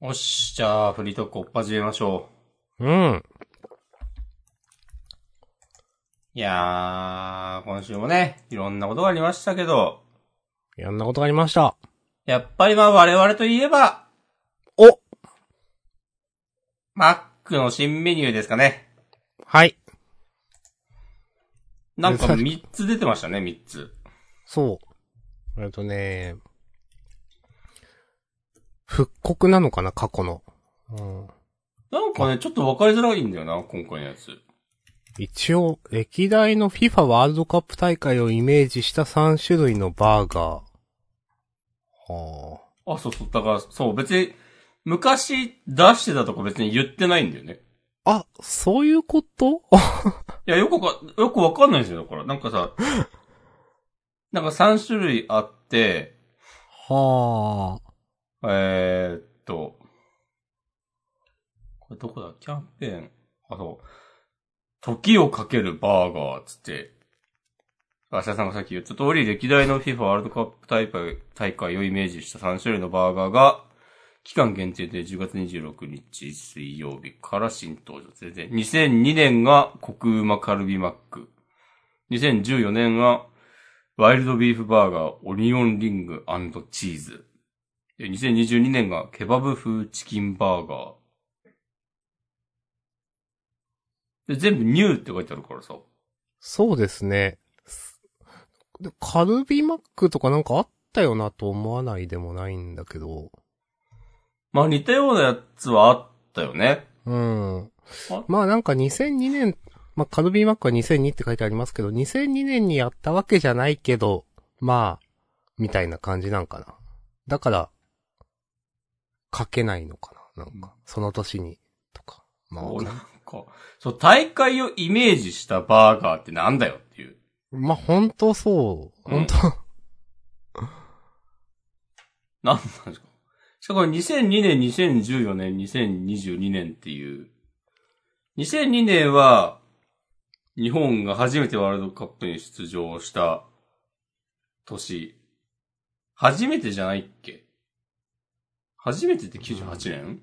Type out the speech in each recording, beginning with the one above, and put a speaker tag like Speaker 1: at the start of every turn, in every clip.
Speaker 1: おっし、じゃあ、フリートークを始めましょう。
Speaker 2: うん。
Speaker 1: いやー、今週もね、いろんなことがありましたけど、
Speaker 2: いろんなことがありました。
Speaker 1: やっぱりまあ我々といえば、
Speaker 2: お
Speaker 1: マックの新メニューですかね。
Speaker 2: はい。
Speaker 1: なんか
Speaker 2: 珍し
Speaker 1: 3つ出てましたね、3つ。
Speaker 2: そう。えっとね、復刻なのかな過去の。うん。
Speaker 1: なんかね、ちょっと分かりづらいんだよな、今回のやつ。
Speaker 2: 一応、歴代の FIFA ワールドカップ大会をイメージした3種類のバーガー。は
Speaker 1: あ、そうそう、だから、そう、別に、昔出してたとこ別に言ってないんだよね。
Speaker 2: あ。あ、そういうこと
Speaker 1: いや、よくわか、よくわかんないんですよ、だから。なんかさ、なんか3種類あって、
Speaker 2: はあ。
Speaker 1: えー、っと、これどこだキャンペーン。あ、そう。時をかけるバーガーっつって、明日さんがさっき言った通り、歴代の FIFA ワールドカップ大会大会をイメージした3種類のバーガーが、期間限定で10月26日水曜日から新登場。全然。2002年がコクうまカルビマック。2014年がワイルドビーフバーガーオニオンリングチーズ。で、2022年がケバブ風チキンバーガー。で、全部ニューって書いてあるからさ。
Speaker 2: そうですね。すでカルビマックとかなんかあったよなと思わないでもないんだけど。
Speaker 1: まあ似たようなやつはあったよね。
Speaker 2: うん
Speaker 1: あ。
Speaker 2: まあなんか2002年、まあカルビーマックは2002って書いてありますけど、2002年にやったわけじゃないけど、まあ、みたいな感じなんかな。だから、書けないのかな。なんか、その年に、とか。まあ、
Speaker 1: こ
Speaker 2: わ
Speaker 1: う
Speaker 2: か
Speaker 1: なんんか、そう、大会をイメージしたバーガーってなんだよっていう。
Speaker 2: まあ本当そう。
Speaker 1: うん
Speaker 2: 本当、
Speaker 1: なんなんですかしかもこれ2002年、2014年、2022年っていう。2002年は、日本が初めてワールドカップに出場した年。初めてじゃないっけ初めてって98年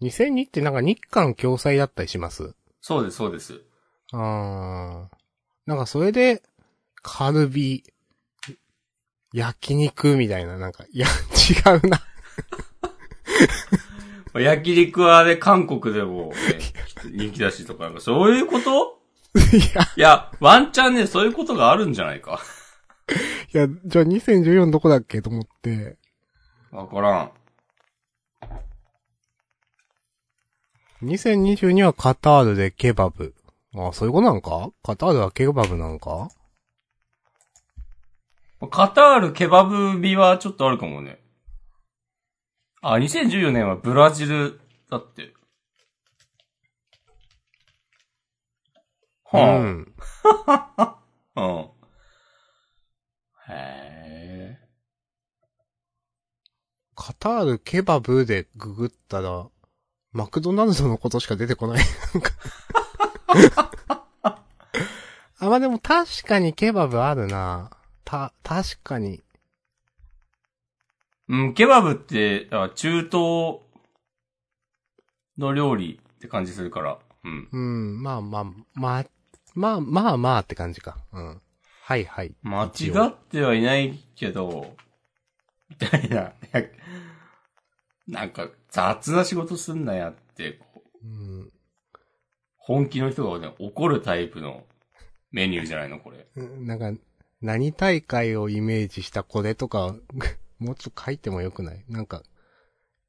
Speaker 2: 2002ってなんか日韓共催だったりします。
Speaker 1: そうです、そうです。
Speaker 2: あー。なんかそれで、カルビ、焼肉みたいな、なんか、いや、違うな。
Speaker 1: 焼肉はね、韓国でもね、 人気だしとか、なんかそういうこと
Speaker 2: いや、
Speaker 1: いや、ワンチャンね、そういうことがあるんじゃないか。
Speaker 2: いや、じゃあ2014どこだっけと思って、
Speaker 1: わからん。
Speaker 2: 2022はカタールでケバブ。あそういうことなんかカタールはケバブなんか
Speaker 1: カタールケバブ日はちょっとあるかもね。あ、2014年はブラジルだって。はあ、
Speaker 2: う
Speaker 1: うん。
Speaker 2: ん。
Speaker 1: へえ。
Speaker 2: カタールケバブでググったら、マクドナルドのことしか出てこない。なんか あ、まあ、でも確かにケバブあるな。た、確かに。
Speaker 1: うん、ケバブって、あ中東の料理って感じするから。うん。
Speaker 2: うん、まあまあ、まあ、まあまあまあって感じか。うん。はいはい。
Speaker 1: 間違ってはいないけど、みたいな。 いやなんか雑な仕事すんなやって、こう
Speaker 2: うん。
Speaker 1: 本気の人が、ね、怒るタイプのメニューじゃないのこれ。
Speaker 2: うんなんか、何大会をイメージしたこれとか、 もうちょっと書いてもよくないなんか、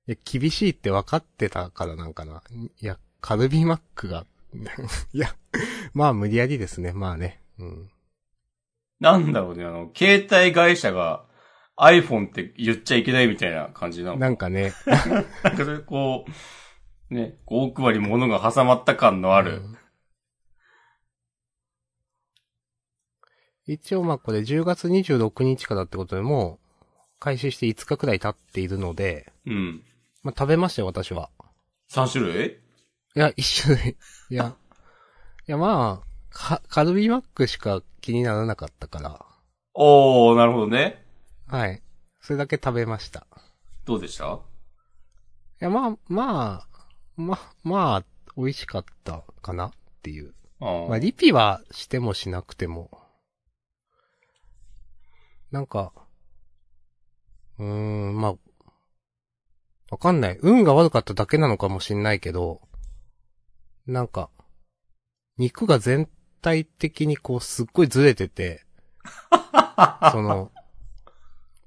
Speaker 2: いや、厳しいって分かってたからなんかな。いや、カルビマックが、 いや、まあ無理やりですね、まあね。うん。
Speaker 1: なんだろうね、あの、携帯会社が iPhone って言っちゃいけないみたいな感じなの。な
Speaker 2: なんんかね。
Speaker 1: かそれこう、ね、こう奥歯に物が挟まった感のある。
Speaker 2: うん一応まあこれ10月26日からってことでもう、開始して5日くらい経っているので、
Speaker 1: うん。
Speaker 2: まあ食べましたよ、私は。
Speaker 1: 三3種類
Speaker 2: いや、一種類。いや。いや、まあ、カカルビマックしか気にならなかったから。
Speaker 1: おー、なるほどね。
Speaker 2: はい。それだけ食べました。
Speaker 1: どうでした
Speaker 2: や、まあ、まあ、まあ、まあ、美味しかったかなっていう。
Speaker 1: ああ。
Speaker 2: まあ、リピはしてもしなくても。なんか、うーん、まあ、わかんない。運が悪かっただけなのかもしんないけど、なんか、肉が全体的にこうすっごいずれてて、その、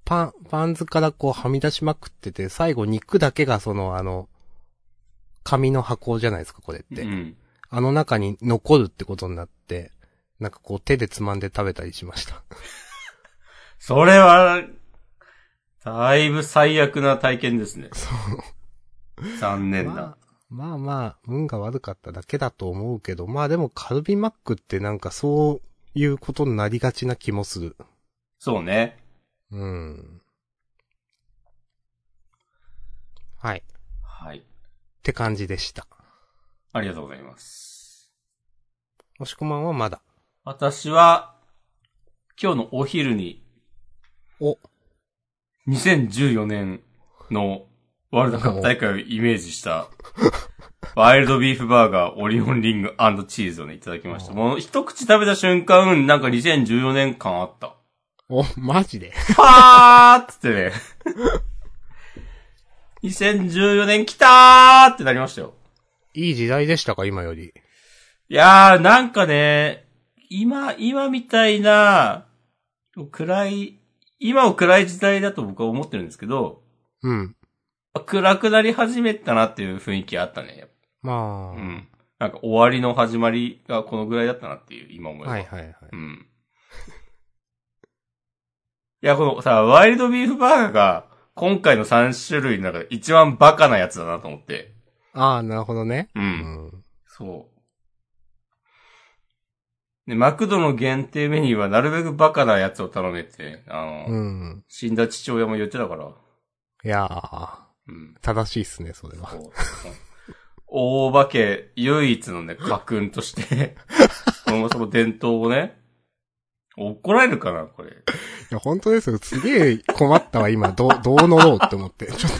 Speaker 2: パン、パンズからこうはみ出しまくってて、最後肉だけがそのあの、紙の箱じゃないですか、これって。
Speaker 1: うん。
Speaker 2: あの中に残るってことになって、なんかこう手でつまんで食べたりしました。
Speaker 1: それは、だいぶ最悪な体験ですね。
Speaker 2: そう。
Speaker 1: 残念な
Speaker 2: まあ。、まあまあ、運が悪かっただけだと思うけど、まあでもカルビマックってなんかそういうことになりがちな気もする。
Speaker 1: そうね。
Speaker 2: うん。はい。っ
Speaker 1: はい。
Speaker 2: て感じでした。
Speaker 1: ありがとうございます。
Speaker 2: もしこまんはまだ。
Speaker 1: 私は、今日のお昼に、
Speaker 2: お、
Speaker 1: 2014年のワールドカップ大会をイメージした、ワイルドビーフバーガー、オリオンリングチーズをね、いただきました。もう一口食べた瞬間、なんか2014年間あ った。
Speaker 2: お、マジで。
Speaker 1: パーっつってね。2014年来たーってなりましたよ。
Speaker 2: いい時代でしたか、今より。
Speaker 1: いやー、なんかね、今、今みたいな、暗い、今を暗い時代だと僕は思ってるんですけど、
Speaker 2: うん。
Speaker 1: 暗くなり始めたなっていう雰囲気あったね。やっ
Speaker 2: まあ。
Speaker 1: ぱうん。なんか終わりの始まりがこのぐらいだったなっていう、今思えば。
Speaker 2: はいはいはい。
Speaker 1: うん。いや、このさ、ワイルドビーフバーガーが、今回の3種類の中で一番バカなやつだなと思って。
Speaker 2: ああ、なるほどね。
Speaker 1: う。
Speaker 2: うんん。
Speaker 1: そう。で、マクドの限定メニューはなるべくバカなやつを頼めって、あの、
Speaker 2: うん。
Speaker 1: 死んだ父親も言ってたから。
Speaker 2: いやー。
Speaker 1: うん。
Speaker 2: 正しいっすね、それは。
Speaker 1: こう大化け唯一のね、家訓と して、そもそも伝統をね、怒られるかな、これ。
Speaker 2: いや、本当ですよ。すげえ困ったわ、今。どう、どう乗ろうって思って。ちょっ、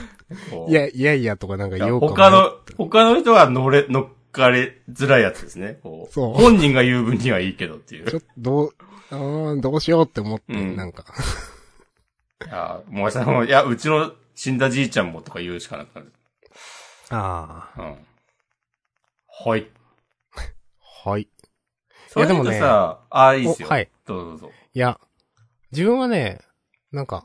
Speaker 1: ことう
Speaker 2: いや、いやいやとかなんか
Speaker 1: い
Speaker 2: 言お
Speaker 1: や
Speaker 2: うかも
Speaker 1: 他の、他の人が乗れ、乗っかれづらいやつですね。こう
Speaker 2: そう
Speaker 1: 本人が言う分にはいいけどっていう。
Speaker 2: ちょっと、どう、うーん、どうしようって思って、
Speaker 1: うん
Speaker 2: なんか。
Speaker 1: いや、もうさ、もういや、うちの死んだじいちゃんもとか言うしかなくなる。
Speaker 2: あ
Speaker 1: うん。はい。
Speaker 2: あ。はい。
Speaker 1: それでも
Speaker 2: でもね
Speaker 1: さ、ああ、いいっすよ。
Speaker 2: おはい。
Speaker 1: どうぞどうぞ。
Speaker 2: いや、自分はね、なんか、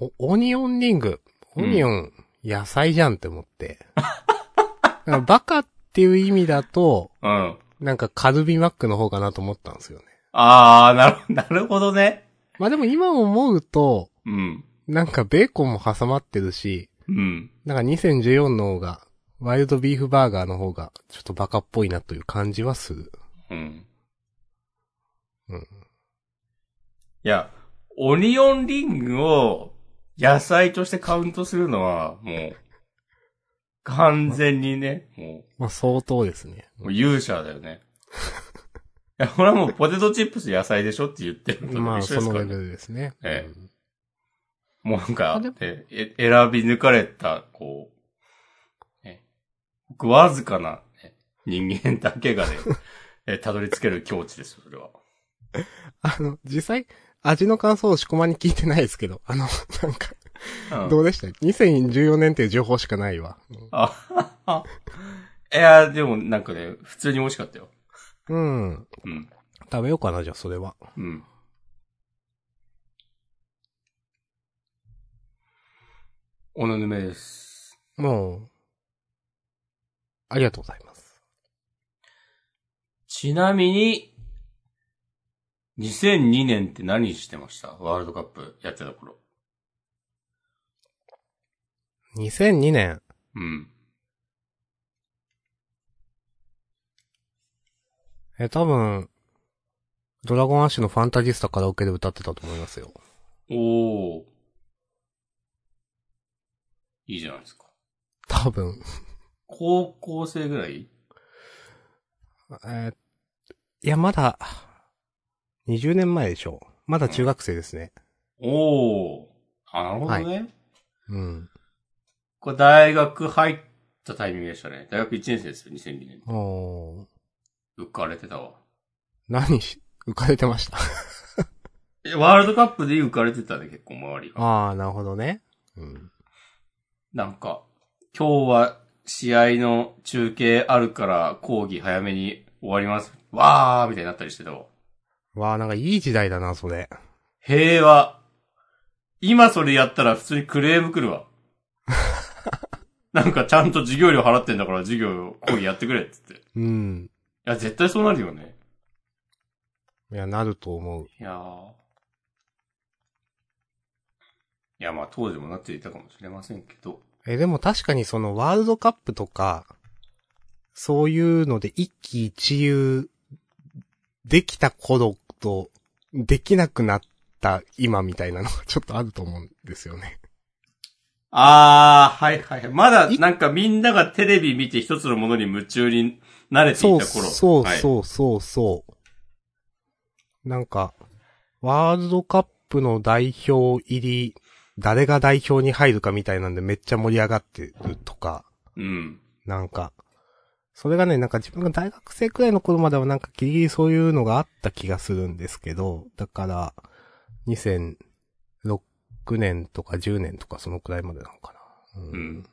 Speaker 2: おオニオンリング、オニオン、野菜じゃんって思って。 なんかバカっていう意味だと、
Speaker 1: うん。
Speaker 2: なんかカルビマックの方かなと思ったんですよね。
Speaker 1: ああ、なる、なるほどね。
Speaker 2: まあでも今思うと、
Speaker 1: うん。
Speaker 2: なんかベーコンも挟まってるし、
Speaker 1: うん。
Speaker 2: なんか2014の方が、ワイルドビーフバーガーの方が、ちょっとバカっぽいなという感じはする。
Speaker 1: うん。
Speaker 2: うん
Speaker 1: いや、オニオンリングを野菜としてカウントするのは、もう、完全にね、も
Speaker 2: まあ相当ですね。
Speaker 1: う、もう勇者だよ ね。いや、これはもうポテトチップス野菜でしょって言ってるのと
Speaker 2: まあ
Speaker 1: 一緒
Speaker 2: そ
Speaker 1: です
Speaker 2: の
Speaker 1: から
Speaker 2: レ
Speaker 1: ね
Speaker 2: ベルですね。
Speaker 1: ええ
Speaker 2: うん
Speaker 1: もうなんか
Speaker 2: あでも、
Speaker 1: ええ選び抜かれた、こう、ね、ごくわずかな、ね、人間だけ がね、えたどり着ける境地です、それは。
Speaker 2: あの、実際、味の感想をしこまに聞いてないですけど、あの、なんか、
Speaker 1: うん
Speaker 2: どうでした ?2014 年っていう情報しかないわ。
Speaker 1: あ、いや、でもなんかね、普通に美味しかったよ。
Speaker 2: うん。
Speaker 1: うん。
Speaker 2: 食べようかな、じゃあそれは。
Speaker 1: うん。おぬぬめです。
Speaker 2: もう、ありがとうございます。
Speaker 1: ちなみに、2002年って何してましたワールドカップやってた頃。
Speaker 2: 2002年。
Speaker 1: うん。
Speaker 2: え、多分、ドラゴンアッシュのファンタジスタカラオケで歌ってたと思いますよ。
Speaker 1: おー。いいじゃないですか。
Speaker 2: 多分。
Speaker 1: 高校生ぐらい
Speaker 2: えーいや、まだ、20年前でしょ。まだ中学生ですね。
Speaker 1: おー。あ、なるほどね。
Speaker 2: うん。
Speaker 1: これ大学入ったタイミングでしたね。大学1年生ですよ、2002年。
Speaker 2: おー。
Speaker 1: 浮かれてたわ。
Speaker 2: 何し、浮かれてました。
Speaker 1: えワールドカップで浮かれてたね、結構周りが。
Speaker 2: ああ、なるほどね。うん。
Speaker 1: なんか、今日は試合の中継あるから講義早めに終わります。わーみたいになったりしてたわ。
Speaker 2: わあ、なんかいい時代だな、それ。
Speaker 1: 平和。今それやったら普通にクレーム来る わ。なんかちゃんと授業料払ってんだから授業講義やってくれっつって。い
Speaker 2: うん。
Speaker 1: や、絶対そうなるよね。
Speaker 2: いや、なると思う。
Speaker 1: いやー。いや、まあ当時もなっていたかもしれませんけど。
Speaker 2: え、でも確かにそのワールドカップとか、そういうので一喜一憂できた頃と、できなくなった今みたいなのがちょっとあると思うんですよね。
Speaker 1: あー、はいはいはい。まだなんかみんながテレビ見て一つのものに夢中になれていた
Speaker 2: そう
Speaker 1: 頃。
Speaker 2: そう
Speaker 1: はい
Speaker 2: そうそうそう。なんか、ワールドカップの代表入り、誰が代表に入るかみたいなんでめっちゃ盛り上がってるとか、
Speaker 1: うん。
Speaker 2: なんか、それがね、なんか自分が大学生くらいの頃まではなんかギリギリそういうのがあった気がするんですけど、だから、2006年とか10年とかそのくらいまでなのかな。う
Speaker 1: うん。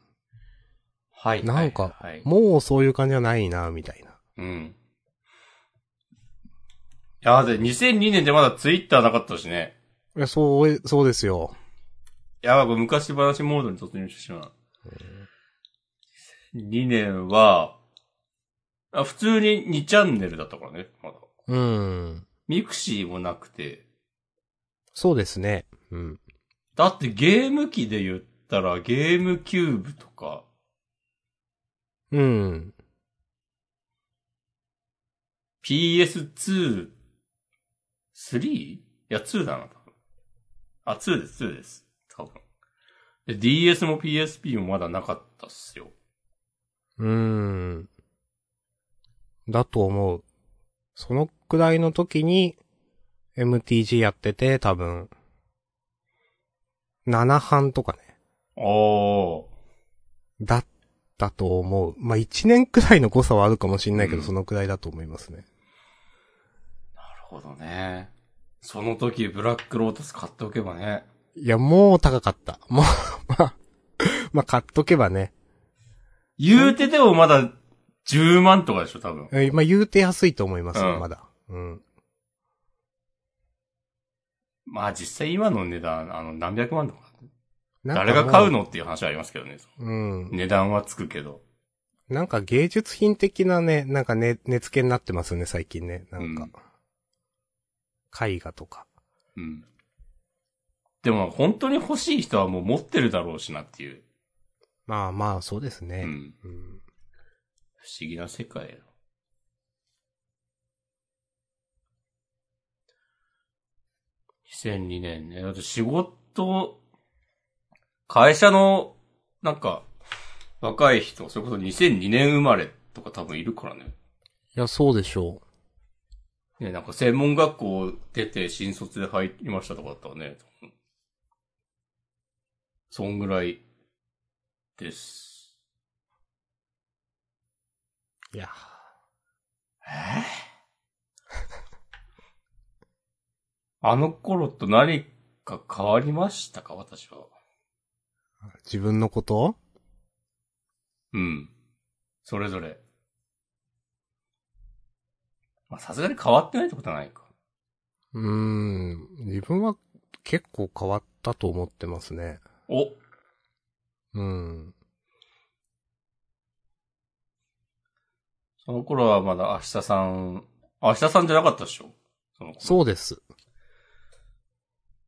Speaker 1: はい。
Speaker 2: なんか
Speaker 1: はいはい、
Speaker 2: もうそういう感じはないな、みたいな。
Speaker 1: うん。いやー、で、2002年でまだツイッターなかったしね。
Speaker 2: いや、そう、そうですよ。
Speaker 1: やばい、これ昔話モードに突入してしまう。2年は、あ、普通に2チャンネルだったからね、まだ。
Speaker 2: うん。
Speaker 1: ミクシーもなくて。
Speaker 2: そうですね。うん。
Speaker 1: だってゲーム機で言ったら、ゲームキューブとか、
Speaker 2: うん。
Speaker 1: PS2、3? いや、2だな、多分。あ、2です、2です。多分。で、DS も PSP もまだなかったっすよ。
Speaker 2: うん。だと思う。そのくらいの時に、MTG やってて、多分、7班とかね、
Speaker 1: おー。
Speaker 2: だったと思う。まあ、1年くらいの誤差はあるかもしんないけど、
Speaker 1: うん
Speaker 2: そのくらいだと思いますね。
Speaker 1: なるほどね。その時、ブラックロータス買っておけばね。
Speaker 2: いや、もう高かった。 もう、まあ、まあ、買っとけばね。
Speaker 1: 言うてでもまだ10万とかでしょ、多分。
Speaker 2: えまあ、言うて安いと思いますよ、
Speaker 1: うん
Speaker 2: まだ。うん。
Speaker 1: まあ実際今の値段、あの、何百万とか。
Speaker 2: なんかも
Speaker 1: 誰
Speaker 2: う
Speaker 1: が買うのっていう話はありますけどね。
Speaker 2: うん。
Speaker 1: 値段はつくけど。
Speaker 2: なんか芸術品的なね、なんかね、値付けになってますよね、最近ね。なんか。絵画とか。
Speaker 1: うん。でも本当に欲しい人はもう持ってるだろうしなっていう。
Speaker 2: まあまあ、そうです
Speaker 1: う
Speaker 2: ね。
Speaker 1: ん。
Speaker 2: うん。
Speaker 1: 不思議な世界よ。2002年ね。だって仕事、会社の、なんか、若い人、それこそ2002年生まれとか多分いるからね。
Speaker 2: いや、そうでしょ
Speaker 1: ね、なんか専門学校出て新卒で入りましたとかだったらね。そんぐらいです。
Speaker 2: う。いや。
Speaker 1: あの頃と何か変わりましたか私は。
Speaker 2: 自分のこと
Speaker 1: うん。それぞれ。まあ、さすがに変わってないってことはないか。
Speaker 2: うーん。自分は結構変わったと思ってますね。
Speaker 1: お
Speaker 2: うん。
Speaker 1: その頃はまだ明日さん、明日さんじゃなかったでしょその頃
Speaker 2: そうです。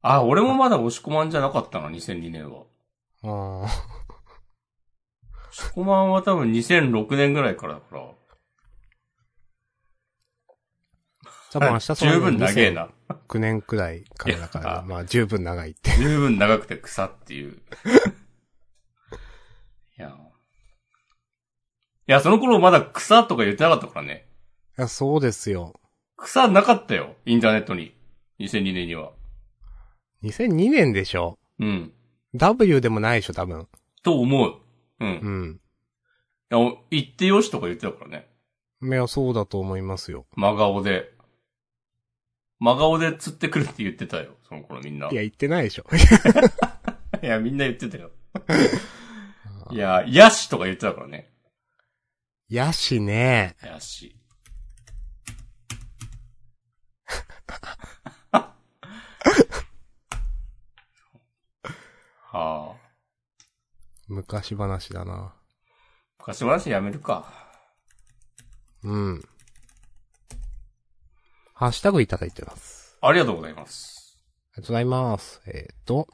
Speaker 1: あ、俺もまだ押し込まんじゃなかったな、2002年は。
Speaker 2: ああ。
Speaker 1: 押し込まんは多分2006年ぐらいからだから。
Speaker 2: 多分明日その
Speaker 1: 十分長えな。
Speaker 2: 9年くらいからだか
Speaker 1: い
Speaker 2: ら
Speaker 1: や
Speaker 2: ね、まあ十分長いって。
Speaker 1: 十分長くて草っていう。 いや。いや、その頃まだ草とか言ってなかったからね。
Speaker 2: いや、そうですよ。
Speaker 1: 草なかったよ、インターネットに。2002年には。
Speaker 2: 2002年でしょ
Speaker 1: うん。
Speaker 2: ?W でもないでしょ、多分。
Speaker 1: と思う。う。
Speaker 2: うんん。
Speaker 1: いやお行ってよしとか言ってたからね。
Speaker 2: いや、そうだと思いますよ。
Speaker 1: 真顔で。真顔で釣ってくるって言ってたよ、その頃みんな。
Speaker 2: い
Speaker 1: い
Speaker 2: や、言ってないでしょ。
Speaker 1: や、みんな言ってたよ。いや、ヤシとか言ってたからね。
Speaker 2: やしね。
Speaker 1: ヤ シ。はあ。
Speaker 2: 昔話だな。
Speaker 1: 昔話やめるか。
Speaker 2: うん。ハッシュタグいただいてます。
Speaker 1: ありがとうございます。
Speaker 2: ありがとうございます。えっ、と。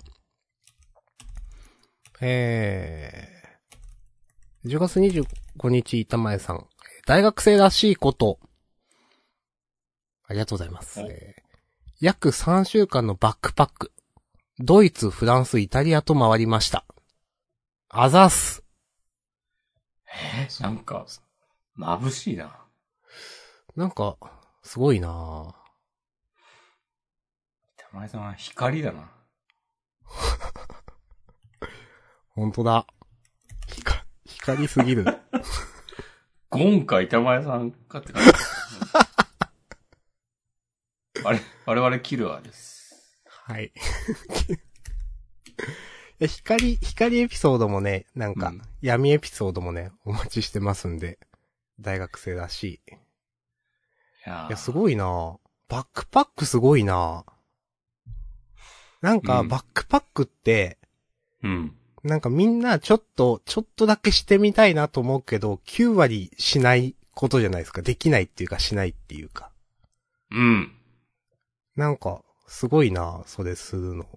Speaker 2: えー、10月25日、板前さん。大学生らしいこと。ありがとうございます。
Speaker 1: はい
Speaker 2: えー約3週間のバックパック。ドイツ、フランス、イタリアと回りました。あざっす。
Speaker 1: え、なんか、眩しいな。
Speaker 2: なんか、すごいなぁ
Speaker 1: 手前さんは光だな。
Speaker 2: 本当だ。光、光りすぎる。
Speaker 1: ゴンか板前さんかって感 じ。あれ、我々キルアーです。
Speaker 2: はい。え光、光エピソードもね、なんか
Speaker 1: うん、
Speaker 2: 闇エピソードもね、お待ちしてますんで、大学生だしい。い
Speaker 1: いやー
Speaker 2: や、すごいなぁバックパックすごいなぁなんか、
Speaker 1: うん
Speaker 2: バックパックって、
Speaker 1: うん。
Speaker 2: なんかみんなちょっと、ちょっとだけしてみたいなと思うけど、9割しないことじゃないですか。できないっていうか、しないっていうか。
Speaker 1: うん。
Speaker 2: なんか、すごいなぁそれするの。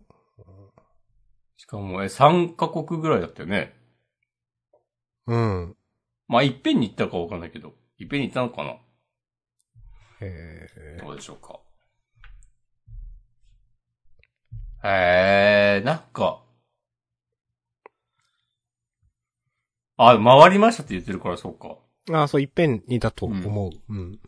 Speaker 1: しかも、え、3カ国ぐらいだったよね。
Speaker 2: うん。
Speaker 1: まあ、いっぺんに行ったかわかんないけど。いっぺんに行ったのかな
Speaker 2: えー
Speaker 1: どうでしょうか。えー、なんか。あ、回りましたって言ってるから、そうか。
Speaker 2: ああ、そう、いっぺんにだと思う。うん。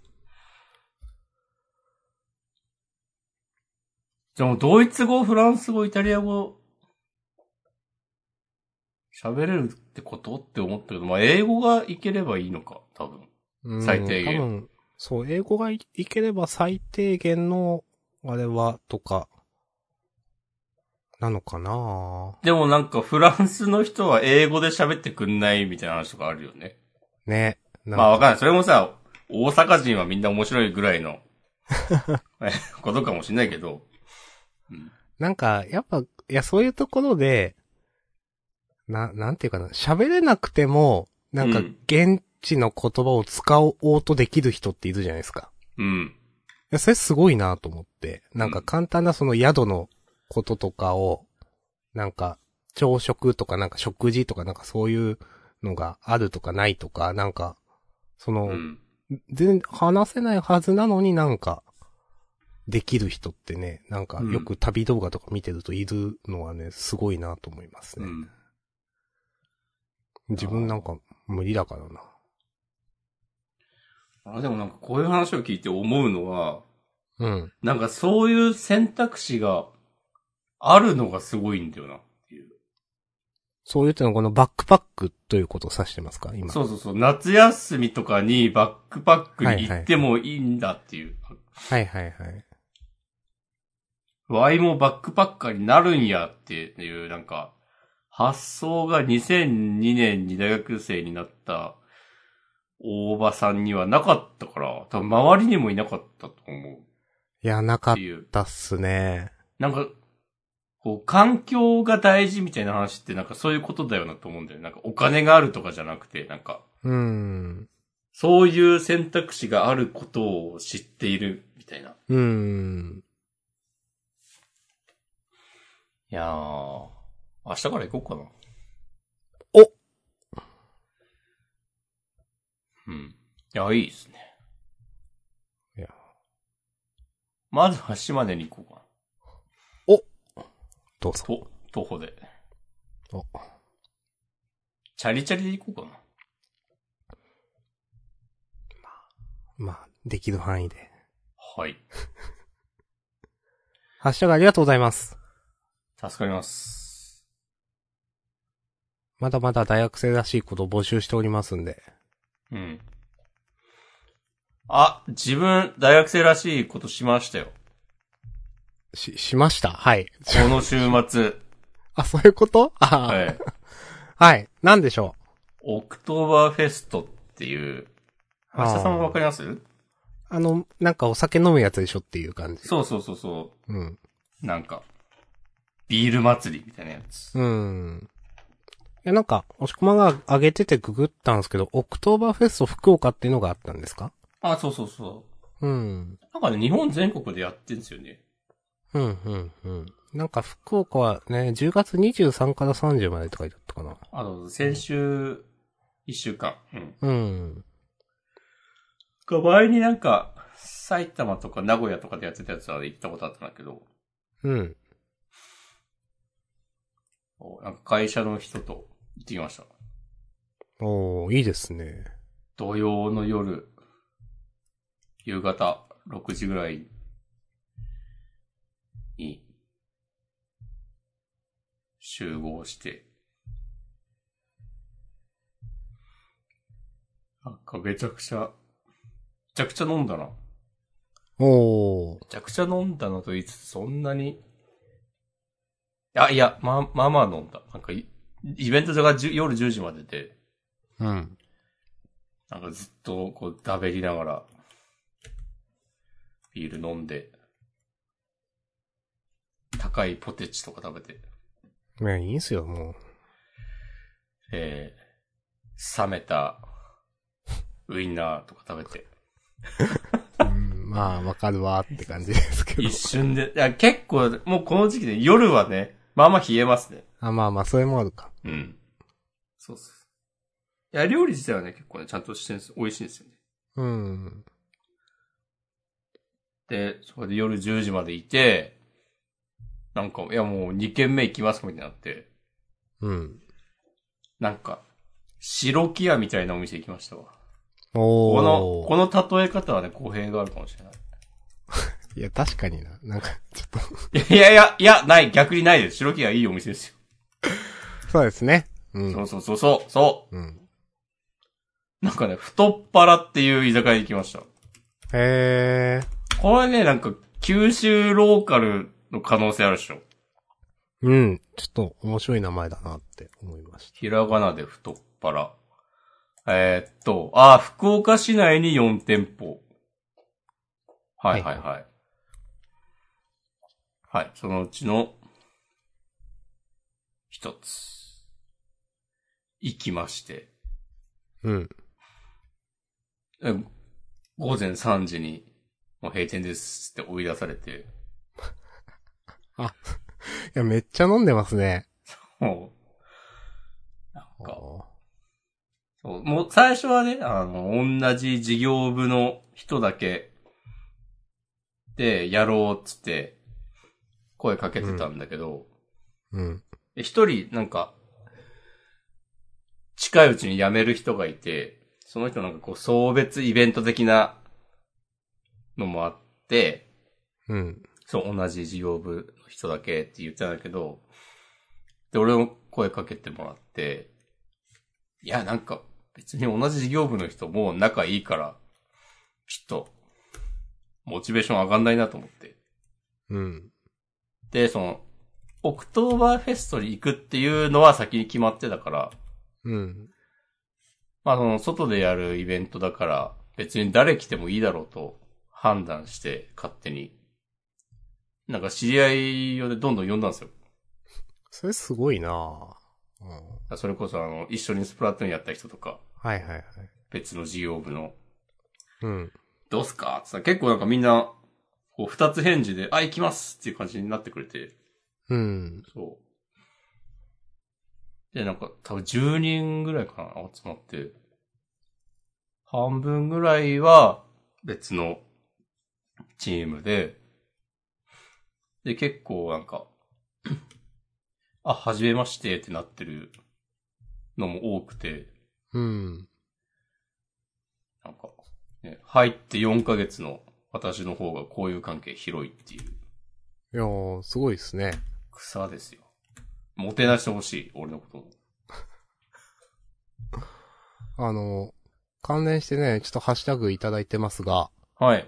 Speaker 1: でも、ドイツ語、フランス語、イタリア語、喋れるってことって思ったけど、まあ、英語がいければいいのか、多分。
Speaker 2: うん
Speaker 1: 最低限
Speaker 2: 多分、そう、英語がいいければ最低限の、あれは、とか、なのかな
Speaker 1: でもなんか、フランスの人は英語で喋ってくんないみたいな話とかあるよね。
Speaker 2: ね。なん
Speaker 1: まあ、わかんない。それもさ、大阪人はみんな面白いぐらい の、えことかもしれないけど、
Speaker 2: なんか、やっぱ、いや、そういうところで、な、なんていうかな、喋れなくても、なんか
Speaker 1: うん、
Speaker 2: 現地の言葉を使おうとできる人っているじゃないですか。
Speaker 1: うん。
Speaker 2: いや、それすごいなと思って。なんか簡単なその宿のこととかを、なんか、朝食とかなんか食事とかなんかそういうのがあるとかないとか、なんか、その、
Speaker 1: うん。
Speaker 2: 全然話せないはずなのになんか、できる人ってね、なんかよく旅動画とか見てるといるのはね、すごいなと思います
Speaker 1: う
Speaker 2: ね。
Speaker 1: ん。
Speaker 2: 自分なんか無理だからな。
Speaker 1: あでもなんか、こういう話を聞いて思うのは、
Speaker 2: うん。
Speaker 1: なんかそういう選択肢があるのがすごいんだよなっていう。
Speaker 2: そういうのはこのバックパックということを指してますか今。
Speaker 1: そうそうそう。夏休みとかにバックパックに行ってもいいんだっていう。
Speaker 2: はいはいはい。
Speaker 1: ワイもバックパッカーになるんやっていう、なんか、発想が2002年に大学生になった大場さんにはなかったから、多分周りにもいなかったと思
Speaker 2: いや、なか
Speaker 1: うっ
Speaker 2: って
Speaker 1: いう。
Speaker 2: たっすね。
Speaker 1: なんか、こう、環境が大事みたいな話ってなんかそういうことだよなと思うんだよね。なんかお金があるとかじゃなくて、なんか、
Speaker 2: うん。
Speaker 1: そういう選択肢があることを知っているみたいな。い
Speaker 2: うん。
Speaker 1: やー、明日から行こうかな。
Speaker 2: お
Speaker 1: うん。いや、いいですね。
Speaker 2: いや。
Speaker 1: まずは島根に行こうか
Speaker 2: どうぞ。
Speaker 1: な。と、徒歩で。
Speaker 2: お
Speaker 1: チャリチャリで行こうかな。
Speaker 2: まあ、できる範囲で。
Speaker 1: はい。
Speaker 2: ハッシュタグありがとうございます。
Speaker 1: 助かります。
Speaker 2: まだまだ大学生らしいことを募集しておりますんで。
Speaker 1: うん。あ、自分、大学生らしいことしましたよ。
Speaker 2: し、しましたはい。
Speaker 1: この週末。
Speaker 2: あ、そういうこと あー
Speaker 1: はい。
Speaker 2: はい。なんでしょ
Speaker 1: オクトーバーフェストっていう、
Speaker 2: う
Speaker 1: 明日さんわかります
Speaker 2: あの、なんかお酒飲むやつでしょっていう感じ。
Speaker 1: そうそうそうそ
Speaker 2: うん。
Speaker 1: う。なんか、ビール祭りみたいなやつ。
Speaker 2: うん。いや、なんか、押し込まが上げててググったんですけど、オクトーバーフェスト福岡っていうのがあったんですか
Speaker 1: あ、そうそうそ
Speaker 2: うん。
Speaker 1: う。なんかね、日本全国でやってんですよね。
Speaker 2: うん、うん、うん。なんか福岡はね、10月23から30までって書いてあったかな。
Speaker 1: あの、先週、一週間。うん。
Speaker 2: うん。
Speaker 1: が前になんか、埼玉とか名古屋とかでやってたやつは行ったことあったんだけど、
Speaker 2: うん。
Speaker 1: おなんか会社の人と行ってきました。
Speaker 2: おー、いいですね。
Speaker 1: 土曜の夜、夕方6時ぐらいに集合して、なんかめちゃくちゃ、めちゃくちゃ飲んだな。め
Speaker 2: おー。
Speaker 1: ちゃくちゃ飲んだなと言いつつ、そんなに、あ、いや、ま、まあまあ飲んだ。なんかい、イベントが10夜10時までで、
Speaker 2: うん。
Speaker 1: なんかずっとこう、だべりながら、ビール飲んで、高いポテチとか食べて、
Speaker 2: いや、いいんすよ、もう。
Speaker 1: えー、冷めたウインナーとか 食べて、
Speaker 2: うん、まあ、わかるわーって感じですけど
Speaker 1: 一。瞬で、いや結構、もうこの時期で夜はね、まあまあ冷えますね。
Speaker 2: あ、まあまあ、それもあるか。
Speaker 1: うん。そうそう。いや、料理自体はね、結構ね、ちゃんとしてるんです美味しいんですよね。
Speaker 2: うん。
Speaker 1: で、そこで夜10時までいて、なんか、いやもう2軒目行きますみたいになって、
Speaker 2: うん。
Speaker 1: なんか、白木屋みたいなお店行きましたわ。
Speaker 2: おー。
Speaker 1: この、この例え方はね、公平があるかもしれない。
Speaker 2: いや、確かにな。なんか、ちょっと、
Speaker 1: いやいや、いや、ない、逆にないです。白木屋いいお店ですよ。
Speaker 2: そうですね。う
Speaker 1: そ
Speaker 2: ん。
Speaker 1: うそうそうそう、そ
Speaker 2: うん。
Speaker 1: う。なんかね、太っ腹っていう居酒屋に行きました。
Speaker 2: へー。
Speaker 1: これね、なんか、九州ローカルの可能性あるでしょ。
Speaker 2: うん。ちょっと面白い名前だなって思いまし
Speaker 1: ひらがなで太っ腹。えーっと、あー、福岡市内に4店舗。はいはいはい。はい、そのうちの、一つ。行きまして。
Speaker 2: た。うん。
Speaker 1: え午前3時に、もう閉店ですって追い出されて。
Speaker 2: いや、めっちゃ飲んでますね。
Speaker 1: もう、なんか、
Speaker 2: お
Speaker 1: そうもう最初はね、あの、同じ事業部の人だけでやろうっつって声かけてたんだけど、
Speaker 2: ーうん。
Speaker 1: で一、人なんか、近いうちに辞める人がいて、その人なんかこう送別イベント的なのもあって、
Speaker 2: うん。
Speaker 1: そう、同じ事業部の人だけって言ってたんだけど、で、俺も声かけてもらって、いや、なんか、別に同じ事業部の人もう仲いいから、ちょっと、モチベーション上がんないなと思って。
Speaker 2: うん。
Speaker 1: で、その、オクトーバーフェストに行くっていうのは先に決まってたから、
Speaker 2: うん。
Speaker 1: まあその、外でやるイベントだから、別に誰来てもいいだろうと判断して、勝手に。なんか知り合いをねどんどん呼んだんですよ。
Speaker 2: それすごいなぁうん。は
Speaker 1: それこそあの、一緒にスプラトゥーンやった人とか、
Speaker 2: いはいはい。
Speaker 1: 別の事業部の、
Speaker 2: うん。
Speaker 1: どうすかってさ、結構なんかみんな、こう二つ返事で、あ、行きますっていう感じになってくれて、
Speaker 2: うん。
Speaker 1: そう。で、なんか多分10人ぐらいかな、集まって。半分ぐらいは別のチームで、で、結構なんか、 あ、はじめましてってなってるのも多くて、
Speaker 2: うん。
Speaker 1: なんか、ね、入って4ヶ月の私の方がこういう関係広いっていう
Speaker 2: いやー、すごいですね。
Speaker 1: 草ですよ。もてなしてほしい、俺のことも。
Speaker 2: あの、関連してね、ちょっとハッシュタグいただいてますが、
Speaker 1: はい。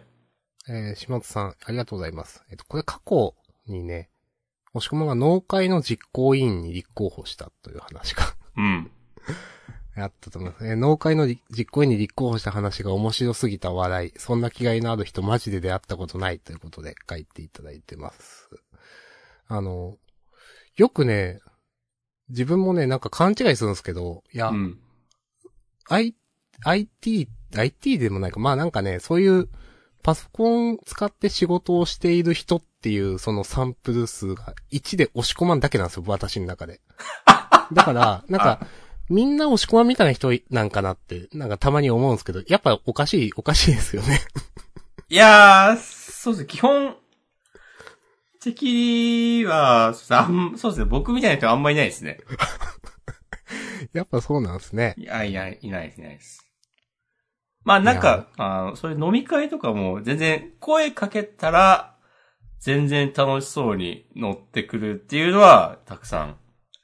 Speaker 2: えー、島津さん、ありがとうございます。えっと、これ過去にね、押し込まが農会の実行委員に立候補したという話が
Speaker 1: うん。
Speaker 2: あったと思います。えー農会の実行委員に立候補した話が面白すぎた笑い。そんな気概のある人マジで出会ったことないということで書いていただいてます。あの、よくね、自分もね、なんか勘違いするんですけど、いや、
Speaker 1: うん。
Speaker 2: I、IT、IT でもないか、まあなんかね、そういうパソコン使って仕事をしている人っていうそのサンプル数が1で押し込まんだけなんですよ、私の中で。 だから、なんか、みんな押し込まんみたいな人なんかなって、なんかたまに思うんですけど、やっぱおかしい、おかしいですよね。
Speaker 1: いやー、そうですね、基本的は、そうですねあんそうですね、僕みたいな人はあんまいないですね。
Speaker 2: やっぱそうなんですね。
Speaker 1: いや、いない、いないです、いないです。まあなんか、あの、そういう飲み会とかも全然声かけたら、全然楽しそうに乗ってくるっていうのは、たくさん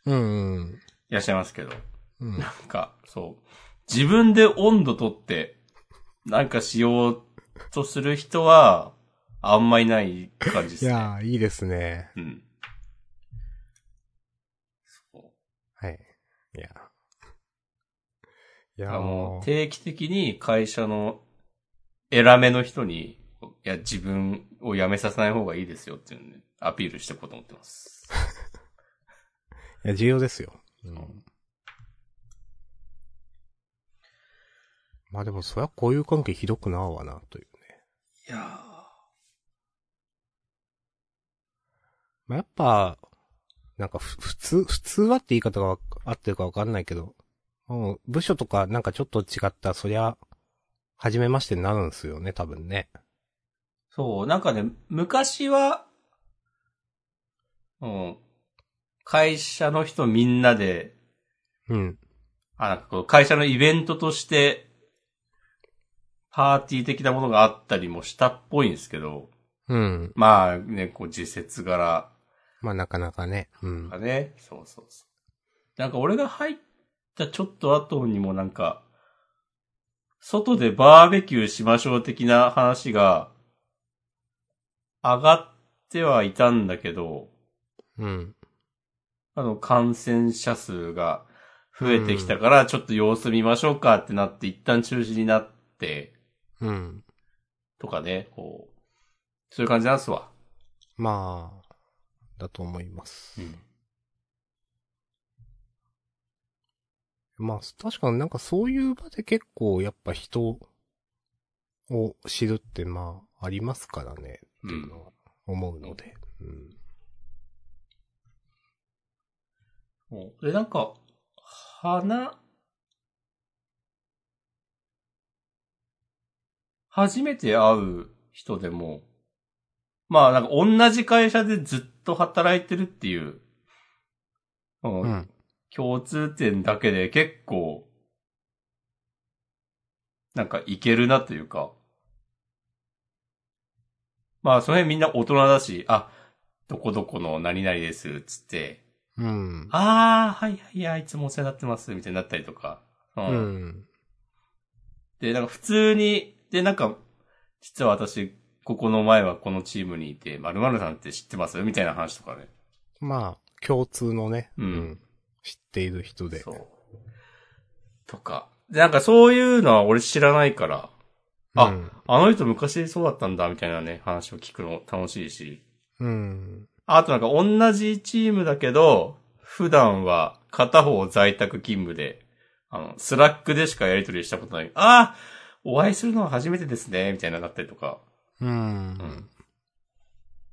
Speaker 2: うん、うん。
Speaker 1: いらっしゃいますけど。
Speaker 2: うん
Speaker 1: なんか、そう。自分で温度取って、なんかしようとする人は、あんまいない感じです
Speaker 2: い
Speaker 1: ね。
Speaker 2: やー、いいですね。
Speaker 1: うん。そ。
Speaker 2: はい。いや。いうや
Speaker 1: あ
Speaker 2: ー
Speaker 1: の、定期的に会社の偉めの人に、いや、自分を辞めさせない方がいいですよっていうね、アピールしていこうと思ってます。
Speaker 2: いや、重要ですよ。うん。まあでも、そりゃこういう関係ひどくなわな、というね。
Speaker 1: いや
Speaker 2: まあやっぱ、なんかふ、普通、普通はって言い方が合ってるかわかんないけど、もう、部署とかなんかちょっと違ったら、そりゃ、初めましてになるんですよね、多分ね。
Speaker 1: そう、なんかね、昔は、うん、会社の人みんなで、
Speaker 2: うん。
Speaker 1: あ、なんかこう、会社のイベントとして、パーティー的なものがあったりもしたっぽいんですけど、
Speaker 2: うん。
Speaker 1: まあね、こう、自節柄
Speaker 2: まあなかなかね。うん
Speaker 1: が。ね、そうそうそう。なんか俺が入ったちょっと後にもなんか、外でバーベキューしましょう的な話が、上がってはいたんだけど、
Speaker 2: うん。
Speaker 1: あの、感染者数が増えてきたから、ちょっと様子見ましょうかってなって、一旦中止になって、
Speaker 2: うん。
Speaker 1: とかね、こう、そういう感じなんすわ。
Speaker 2: まあ、だと思います。まあ、確かになんかそういう場で結構やっぱ人を知るってまあ、ありますからね、
Speaker 1: う
Speaker 2: っていうの
Speaker 1: ん。
Speaker 2: は思うので。うん。
Speaker 1: そうで、なんか、花、初めて会う人でも、まあなんか同じ会社でずっと働いてるっていう、うん
Speaker 2: うん。
Speaker 1: 共通点だけで結構、なんかいけるなというか。まあ、その辺みんな大人だし、あ、どこどこの何々です、つって、
Speaker 2: うん。
Speaker 1: あー、はいはいはい、いつもお世話になってます、みたいになったりとか。う
Speaker 2: うん。
Speaker 1: で、なんか普通に、で、なんか、実は私、ここの前はこのチームにいて、〇〇さんって知ってますみたいな話とかね。
Speaker 2: まあ、共通のね、
Speaker 1: うん
Speaker 2: 知っている人で。
Speaker 1: そう。とか。で、なんかそういうのは俺知らないから、あ
Speaker 2: うん
Speaker 1: あの人昔そうだったんだ、みたいなね、話を聞くの楽しいし。
Speaker 2: うん。
Speaker 1: あとなんか同じチームだけど、普段は片方在宅勤務で、あの、スラックでしかやり取りしたことない。ああお会いするのは初めてですね、みたいななったりとか。
Speaker 2: う。
Speaker 1: うんん。